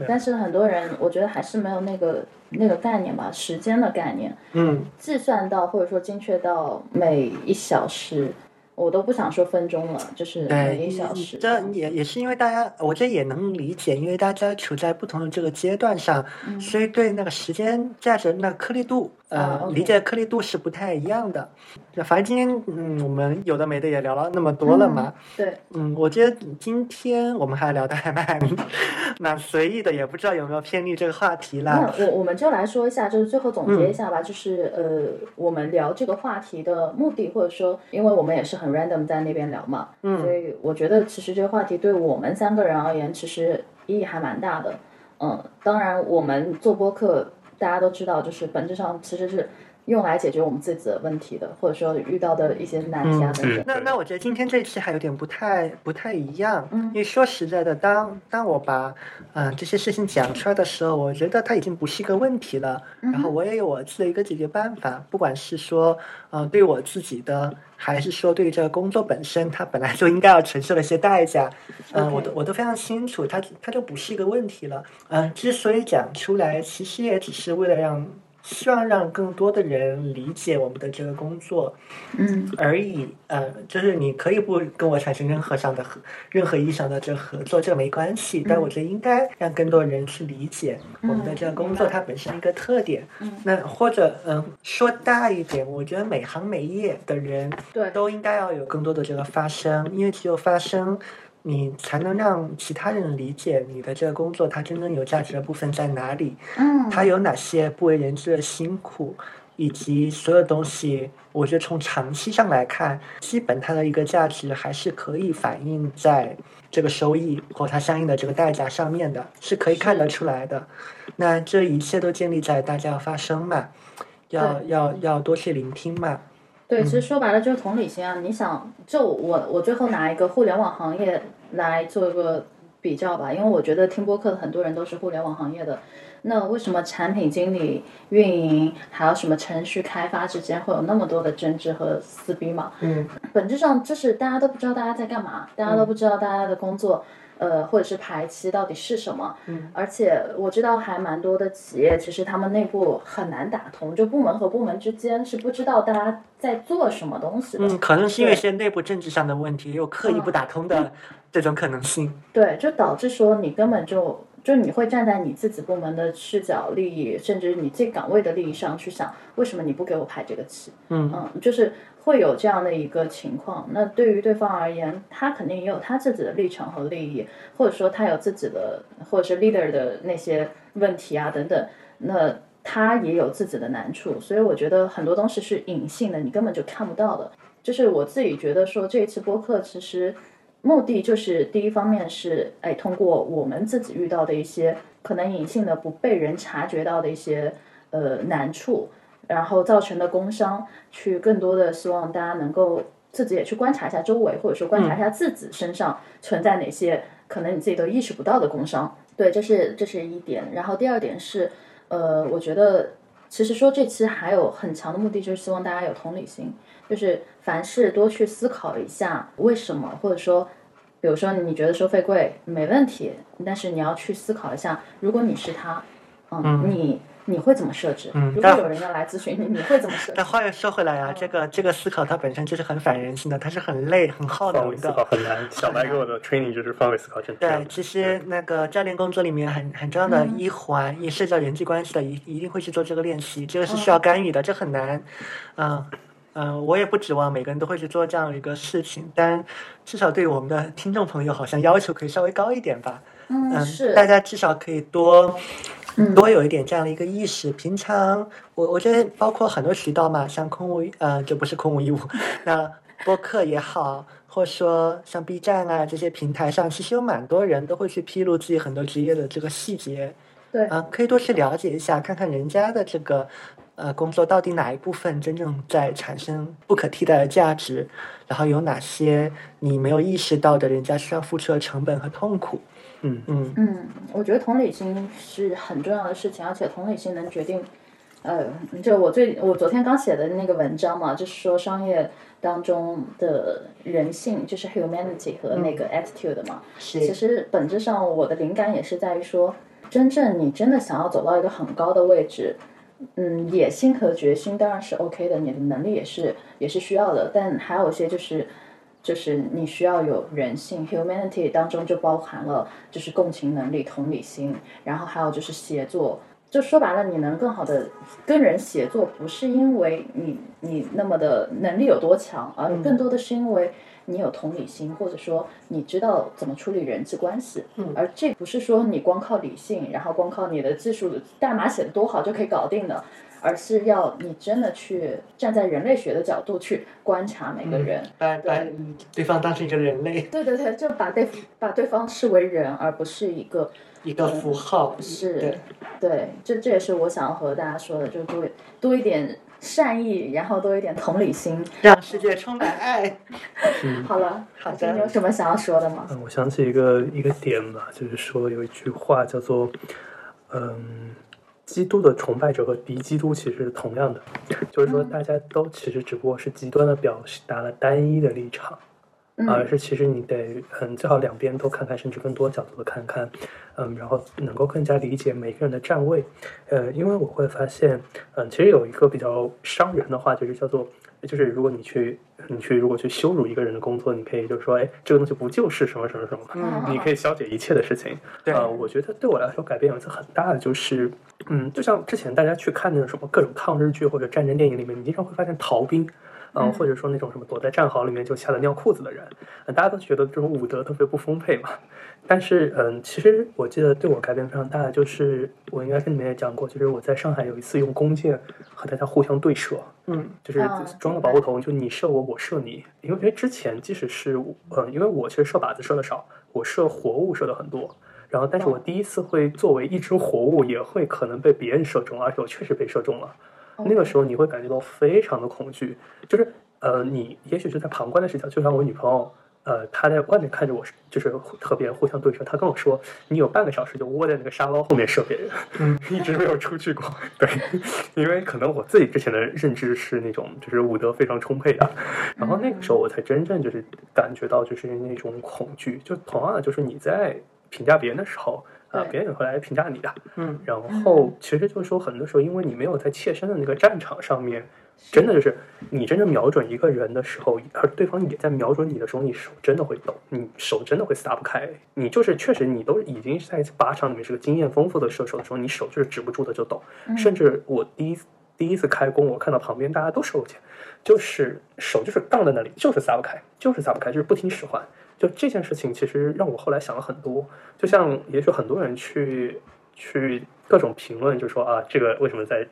Speaker 1: 但是很多人，我觉得还是没有那个那个概念吧，时间的概念，
Speaker 2: 嗯，
Speaker 1: 计算到或者说精确到每一小时，我都不想说分钟了，就是每
Speaker 2: 对
Speaker 1: 一小时。
Speaker 2: 呃这也也是因为大家，我这也能理解，因为大家处在不同的这个阶段上，所以对那个时间价值的那个颗粒度，
Speaker 1: 嗯
Speaker 2: 呃
Speaker 1: 啊，，OK
Speaker 2: 理解颗粒度是不太一样的。反正今天，嗯，我们有的没的也聊了那么多了嘛，
Speaker 1: 对，
Speaker 2: 嗯，我觉得今天我们还聊的还蛮 (laughs) 蛮随意的，也不知道有没有偏离这个话题啦。
Speaker 1: 那我我们就来说一下，就是最后总
Speaker 2: 嗯
Speaker 1: 结一下吧，就是呃，我们聊这个话题的目的，或者说，因为我们也是很 random 在那边聊嘛，
Speaker 2: 嗯
Speaker 1: 所以我觉得其实这个话题对我们三个人而言，其实意义还蛮大的。嗯，当然我们做播客，大家都知道，就是本质上其实是用来解决我们自己的问题的，或者说遇到的一些难题
Speaker 2: 嗯
Speaker 1: 啊等等。
Speaker 2: 那那我觉得今天这期还有点不太不太一样，
Speaker 1: 嗯
Speaker 2: 因为说实在的，当当我把嗯、呃这些事情讲出来的时候，我觉得它已经不是一个问题了，
Speaker 1: 嗯
Speaker 2: 然后我也有我自己的一个解决办法，不管是说嗯、呃对我自己的，还是说对于这个工作本身，它本来就应该要承受的一些代价，嗯、我
Speaker 1: OK
Speaker 2: 都我都非常清楚，它它就不是一个问题了，嗯、之所以讲出来，其实也只是为了让。希望让更多的人理解我们的这个工作，
Speaker 1: 嗯
Speaker 2: 而已，呃，就是你可以不跟我产生任何上的合，任何意义上的这合作，这没关系。但我觉得应该让更多人去理解我们的这个工
Speaker 1: 明
Speaker 2: 作
Speaker 1: 白
Speaker 2: 它本身一个特点。
Speaker 1: 嗯
Speaker 2: 那或者，嗯、说大一点，我觉得每行每业的人
Speaker 1: 对
Speaker 2: 都应该要有更多的这个发声，因为只有发声。你才能让其他人理解你的这个工作，它真正有价值的部分在哪里。
Speaker 1: 嗯
Speaker 2: 它有哪些不为人知的辛苦，以及所有东西，我觉得从长期上来看，基本它的一个价值还是可以反映在这个收益和它相应的这个代价上面的，是可以看得出来的。那这一切都建立在大家要发声嘛，要要要多去聆听嘛。
Speaker 1: 对，
Speaker 2: 嗯
Speaker 1: 其实说白了就是同理心啊。你想，就我我最后拿一个互联网行业来做一个比较吧，因为我觉得听播客的很多人都是互联网行业的。那为什么产品经理、运营还有什么程序开发之间会有那么多的争执和撕逼嘛？
Speaker 2: 嗯，
Speaker 1: 本质上就是大家都不知道大家在干嘛，大家都不知道大家的工作呃，或者是排期到底是什么。
Speaker 2: 嗯，
Speaker 1: 而且我知道还蛮多的企业，其实他们内部很难打通，就部门和部门之间是不知道大家在做什么东西的。
Speaker 2: 嗯，可能是因为一些内部政治上的问题，也有刻意不打通的这种可能性。
Speaker 1: 对，就导致说你根本就就你会站在你自己部门的视角利益，甚至你这岗位的利益上去想，为什么你不给我排这个期？
Speaker 2: 嗯
Speaker 1: 嗯，就是会有这样的一个情况。那对于对方而言，他肯定也有他自己的立场和利益，或者说他有自己的，或者是 leader 的那些问题啊等等。那他也有自己的难处，所以我觉得很多东西是隐性的，你根本就看不到的。就是我自己觉得说，这一次播客其实目的就是第一方面是，哎，通过我们自己遇到的一些可能隐性的不被人察觉到的一些呃难处，然后造成的工伤，去更多的希望大家能够自己也去观察一下周围，或者说观察一下自己身上存在哪些可能你自己都意识不到的工伤。对，这是这是一点。然后第二点是，呃，我觉得其实说这期还有很强的目的，就是希望大家有同理心，就是凡事多去思考一下为什么，或者说。比如说，你觉得收费贵没问题，但是你要去思考一下，如果你是他，嗯，
Speaker 2: 嗯
Speaker 1: 你你会怎么设置？
Speaker 2: 嗯
Speaker 1: 如果
Speaker 2: 但嗯
Speaker 1: 有人要来咨询你，你会怎么设置
Speaker 2: 但？话又说回来啊，这个这个思考它本身就是很反人性的，它是很累、很耗
Speaker 4: 换位
Speaker 2: 能
Speaker 4: 思考
Speaker 2: 的。
Speaker 4: 很难。小白给我的 training 就是换位思考，真的。
Speaker 2: 对，其实那个教练工作里面很很重要的一环，也涉及到人际关系的，一一定会去做这个练习，这个是需要干预的，这很难。嗯嗯，我也不指望每个人都会去做这样一个事情，但至少对我们的听众朋友，好像要求可以稍微高一点吧。
Speaker 1: 嗯，是，
Speaker 2: 大家至少可以多
Speaker 1: 嗯
Speaker 2: 多有一点这样的一个意识。平常我我觉得包括很多渠道嘛，像空无一呃，这不是空无一物， (laughs) 那播客也好，或者说像 B 站啊这些平台上，其实有蛮多人都会去披露自己很多职业的这个细节。
Speaker 1: 对
Speaker 2: 啊、可以多去了解一下，看看人家的这个呃工作到底哪一部分真正在产生不可替代的价值，然后有哪些你没有意识到的人家需要付出的成本和痛苦。
Speaker 4: 嗯
Speaker 2: 嗯。
Speaker 1: 嗯，我觉得同理心是很重要的事情，而且同理心能决定，呃，就我最我昨天刚写的那个文章嘛，就是说商业当中的人性，就是 humanity 和那个 attitude 嘛。其
Speaker 2: 是，
Speaker 1: 实本质上，我的灵感也是在于说，真正你真的想要走到一个很高的位置，嗯，野心和决心当然是 OK 的，你的能力也是也是需要的，但还有一些就是。就是你需要有人性 （humanity） 当中就包含了就是共情能力、同理心，然后还有就是协作。就说白了，你能更好的跟人协作，不是因为你你那么的能力有多强，而更多的是因为你有同理心，或者说你知道怎么处理人际关系。
Speaker 2: 嗯
Speaker 1: 而这不是说你光靠理性，然后光靠你的技术代码写的多好就可以搞定的，而是要你真的去站在人类学的角度去观察每
Speaker 3: 嗯
Speaker 1: 个人。
Speaker 2: 把把对方当成一个人类，
Speaker 1: 对对对，就把对把对方视为人，而不是一个
Speaker 2: 一个符号，
Speaker 1: 是
Speaker 2: 对，，
Speaker 1: 对，这这也是我想要和大家说的，就多多一点善意，然后多一点同理心。
Speaker 2: 让世界充满爱。
Speaker 1: 好了，
Speaker 2: 好的
Speaker 1: 老师你有什么想要说的吗？
Speaker 3: 嗯，我想起一个一个点吧，就是说有一句话叫做，嗯，基督的崇拜者和敌基督其实是同样的，就是说
Speaker 1: 嗯
Speaker 3: 大家都其实只不过是极端的表达了单一的立场，而
Speaker 1: 嗯
Speaker 3: 呃是其实你得嗯最好两边都看看，甚至更多角度的看看，嗯，然后能够更加理解每个人的站位，呃，因为我会发现，嗯，其实有一个比较伤人的话，就是叫做，就是如果你去你去如果去羞辱一个人的工作，你可以就说，哎，这个东西不就是什么什么什么吗？
Speaker 2: 嗯
Speaker 3: 你可以消解一切的事情。
Speaker 2: 对
Speaker 3: 呃，我觉得对我来说改变有一次很大的就是，嗯，就像之前大家去看那种什么各种抗日剧或者战争电影里面，你经常会发现逃兵。嗯，
Speaker 1: 嗯
Speaker 3: 或者说那种什么躲在战壕里面就吓得尿裤子的人，呃大家都觉得这种武德特别不丰沛嘛。但是，嗯，其实我记得对我改变非常大的就是，我应该跟你们也讲过，就是我在上海有一次用弓箭和大家互相对射，
Speaker 2: 嗯
Speaker 3: 就是
Speaker 1: 啊
Speaker 3: 装个保护头，就你射我，我射你。因为因为之前即使是我呃，因为我其实射靶子射的少，我射活物射的很多。然后，但是我第一次会作为一只活物，也会可能被别人射中，而且我确实被射中了。
Speaker 1: 嗯
Speaker 3: 那个时候你会感觉到非常的恐惧，就是呃，你也许是在旁观的视角，就像我女朋友呃，他在外面看着我，就是和别人互相对射。他跟我说：“你有半个小时就窝在那个沙包后面射别人， (laughs) 一直没有出去过。”对，因为可能我自己之前的认知是那种就是武德非常充沛的，然后那个时候我才真正就是感觉到就是那种恐惧。就同样的，就是你在评价别人的时候。啊，
Speaker 1: 对
Speaker 3: 别人也会来评价你的。
Speaker 2: 嗯，
Speaker 3: 然后其实就是说，很多时候因为你没有在切身的那个战场上面，真的就是你真正瞄准一个人的时候，而对方也在瞄准你的时候，你手真的会抖，你手真的会撒不开。你就是确实你都已经在靶场里面是个经验丰富的射手的时候，你手就是止不住的就抖。
Speaker 1: 嗯
Speaker 3: 甚至我第一第一次开工，我看到旁边大家都手欠，就是手就是杠在那里，就是撒不开，就是撒不开，就是不听使唤。就这件事情，其实让我后来想了很多。就像也许很多人去去各种评论，就说啊，这个为什么在，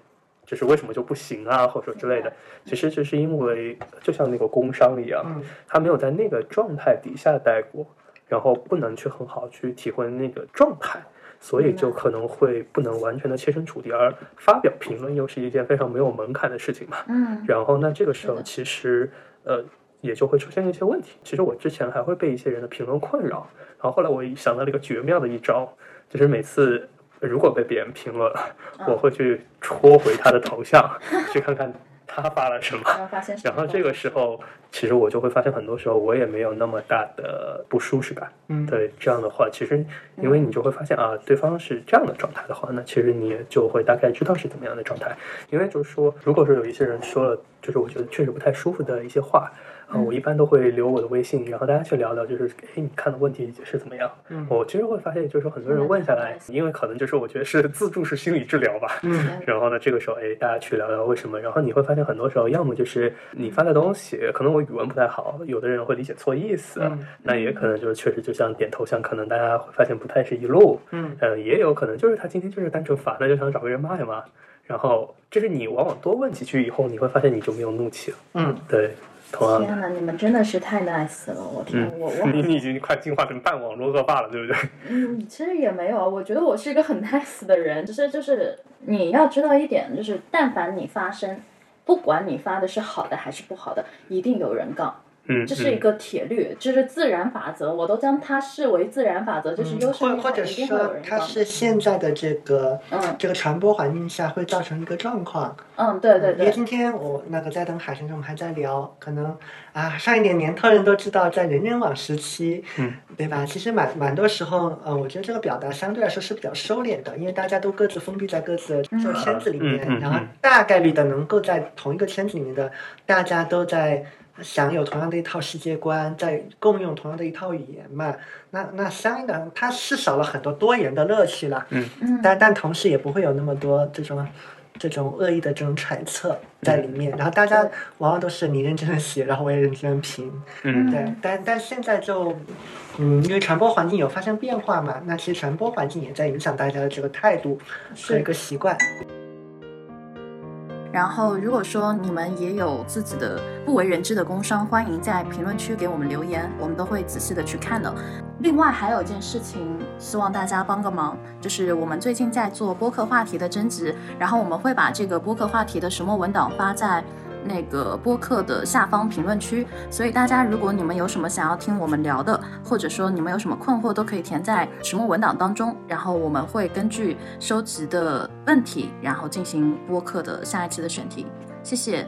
Speaker 3: 就是为什么就不行啊，或者说之类的。其实这是因为，就像那个工伤一样，
Speaker 2: 嗯
Speaker 3: 他没有在那个状态底下待过，然后不能去很好去体会那个状态，所以就可能会不能完全的切身处地，而发表评论又是一件非常没有门槛的事情嘛。
Speaker 1: 嗯，
Speaker 3: 然后那这个时
Speaker 1: 是
Speaker 3: 候
Speaker 1: 的
Speaker 3: 其实呃也就会出现一些问题。其实我之前还会被一些人的评论困扰，然后后来我想到了一个绝妙的一招，就是每次。如果被别人评论了，
Speaker 1: 嗯
Speaker 3: 我会去戳回他的头像，去看看他发了什么。
Speaker 1: 然后发现，
Speaker 3: 然后这个时候，其实我就会发现，很多时候我也没有那么大的不舒适感。
Speaker 2: 嗯，
Speaker 3: 对，这样的话，其实因为你就会发现啊，对方是这样的状态的话，那其实你也就会大概知道是怎么样的状态。因为就是说，如果说有一些人说了，就是我觉得确实不太舒服的一些话。啊，
Speaker 2: 嗯
Speaker 3: 我一般都会留我的微信，然后大家去聊聊，就是哎，你看的问题是怎么样？
Speaker 2: 嗯
Speaker 3: 我其实会发现，就是说很多人问下来，因为可能就是我觉得是自助式心理治疗吧，
Speaker 2: 嗯
Speaker 3: 然后呢，这个时候哎，大家去聊聊为什么？然后你会发现，很多时候要么就是你发的东西，可能我语文不太好，有的人会理解错意思，
Speaker 2: 嗯
Speaker 3: 那也可能就是确实就像点头像，可能大家会发现不太是一路，
Speaker 2: 嗯
Speaker 3: 嗯，也有可能就是他今天就是单纯烦了，就想找个人骂一骂。然后就是你往往多问几句以后，你会发现你就没有怒气了。
Speaker 2: 嗯，
Speaker 3: 对，同样的，
Speaker 5: 天哪，啊你们真的是太 nice 了！我天，
Speaker 3: 嗯
Speaker 5: 我我
Speaker 3: 你你已经快进化成半网络恶霸了，对不对？
Speaker 5: 嗯，其实也没有，我觉得我是一个很 (laughs) nice 的人，只是就是你要知道一点，就是但凡你发声，不管你发的是好的还是不好的，一定有人杠，
Speaker 3: 嗯，
Speaker 5: 这是一
Speaker 3: 嗯
Speaker 5: 个铁律，这是自然法则，我都将它视为自然法则，就是优胜
Speaker 2: 嗯或
Speaker 5: 劣
Speaker 2: 或
Speaker 5: 汰，
Speaker 2: 者
Speaker 5: 一定会有
Speaker 2: 说
Speaker 5: 人，
Speaker 2: 它
Speaker 5: 杠。
Speaker 2: 是现在的这个
Speaker 5: 嗯
Speaker 2: 这个传播环境下会造成一个状况。
Speaker 5: 嗯，对对
Speaker 2: 因为
Speaker 5: 对，
Speaker 2: 今天我那个在等海神中，我们还在聊，可能啊，上一年年头人都知道，在人人网时期，
Speaker 3: 嗯，
Speaker 2: 对吧？其实蛮蛮多时候，呃，我觉得这个表达相对来说是比较收敛的，因为大家都各自封闭在各自的这个圈子里面，
Speaker 3: 嗯嗯嗯
Speaker 2: 然后大概率的能够在同一个圈子里面的，大家都在享有同样的一套世界观，在共用同样的一套语言嘛。那那相应的，它是少了很多多元的乐趣了。
Speaker 5: 嗯，
Speaker 2: 但但同时也不会有那么多这种这种恶意的这种揣测在里面。然后大家往往都是你认真的写，然后我也认真的评。
Speaker 3: 嗯
Speaker 2: 对，但但现在就，嗯，因为传播环境有发生变化嘛，那其实传播环境也在影响大家的这个态度和一个习惯。
Speaker 1: 然后，如果说你们也有自己的不为人知的工伤，欢迎在评论区给我们留言，我们都会仔细的去看的。另外还有一件事情，希望大家帮个忙，就是我们最近在做播客话题的征集，然后我们会把这个播客话题的什么文档发在。那个播客的下方评论区，所以大家如果你们有什么想要听我们聊的，或者说你们有什么困惑，都可以填在石墨文档当中，然后我们会根据收集的问题，然后进行播客的下一期的选题。谢谢。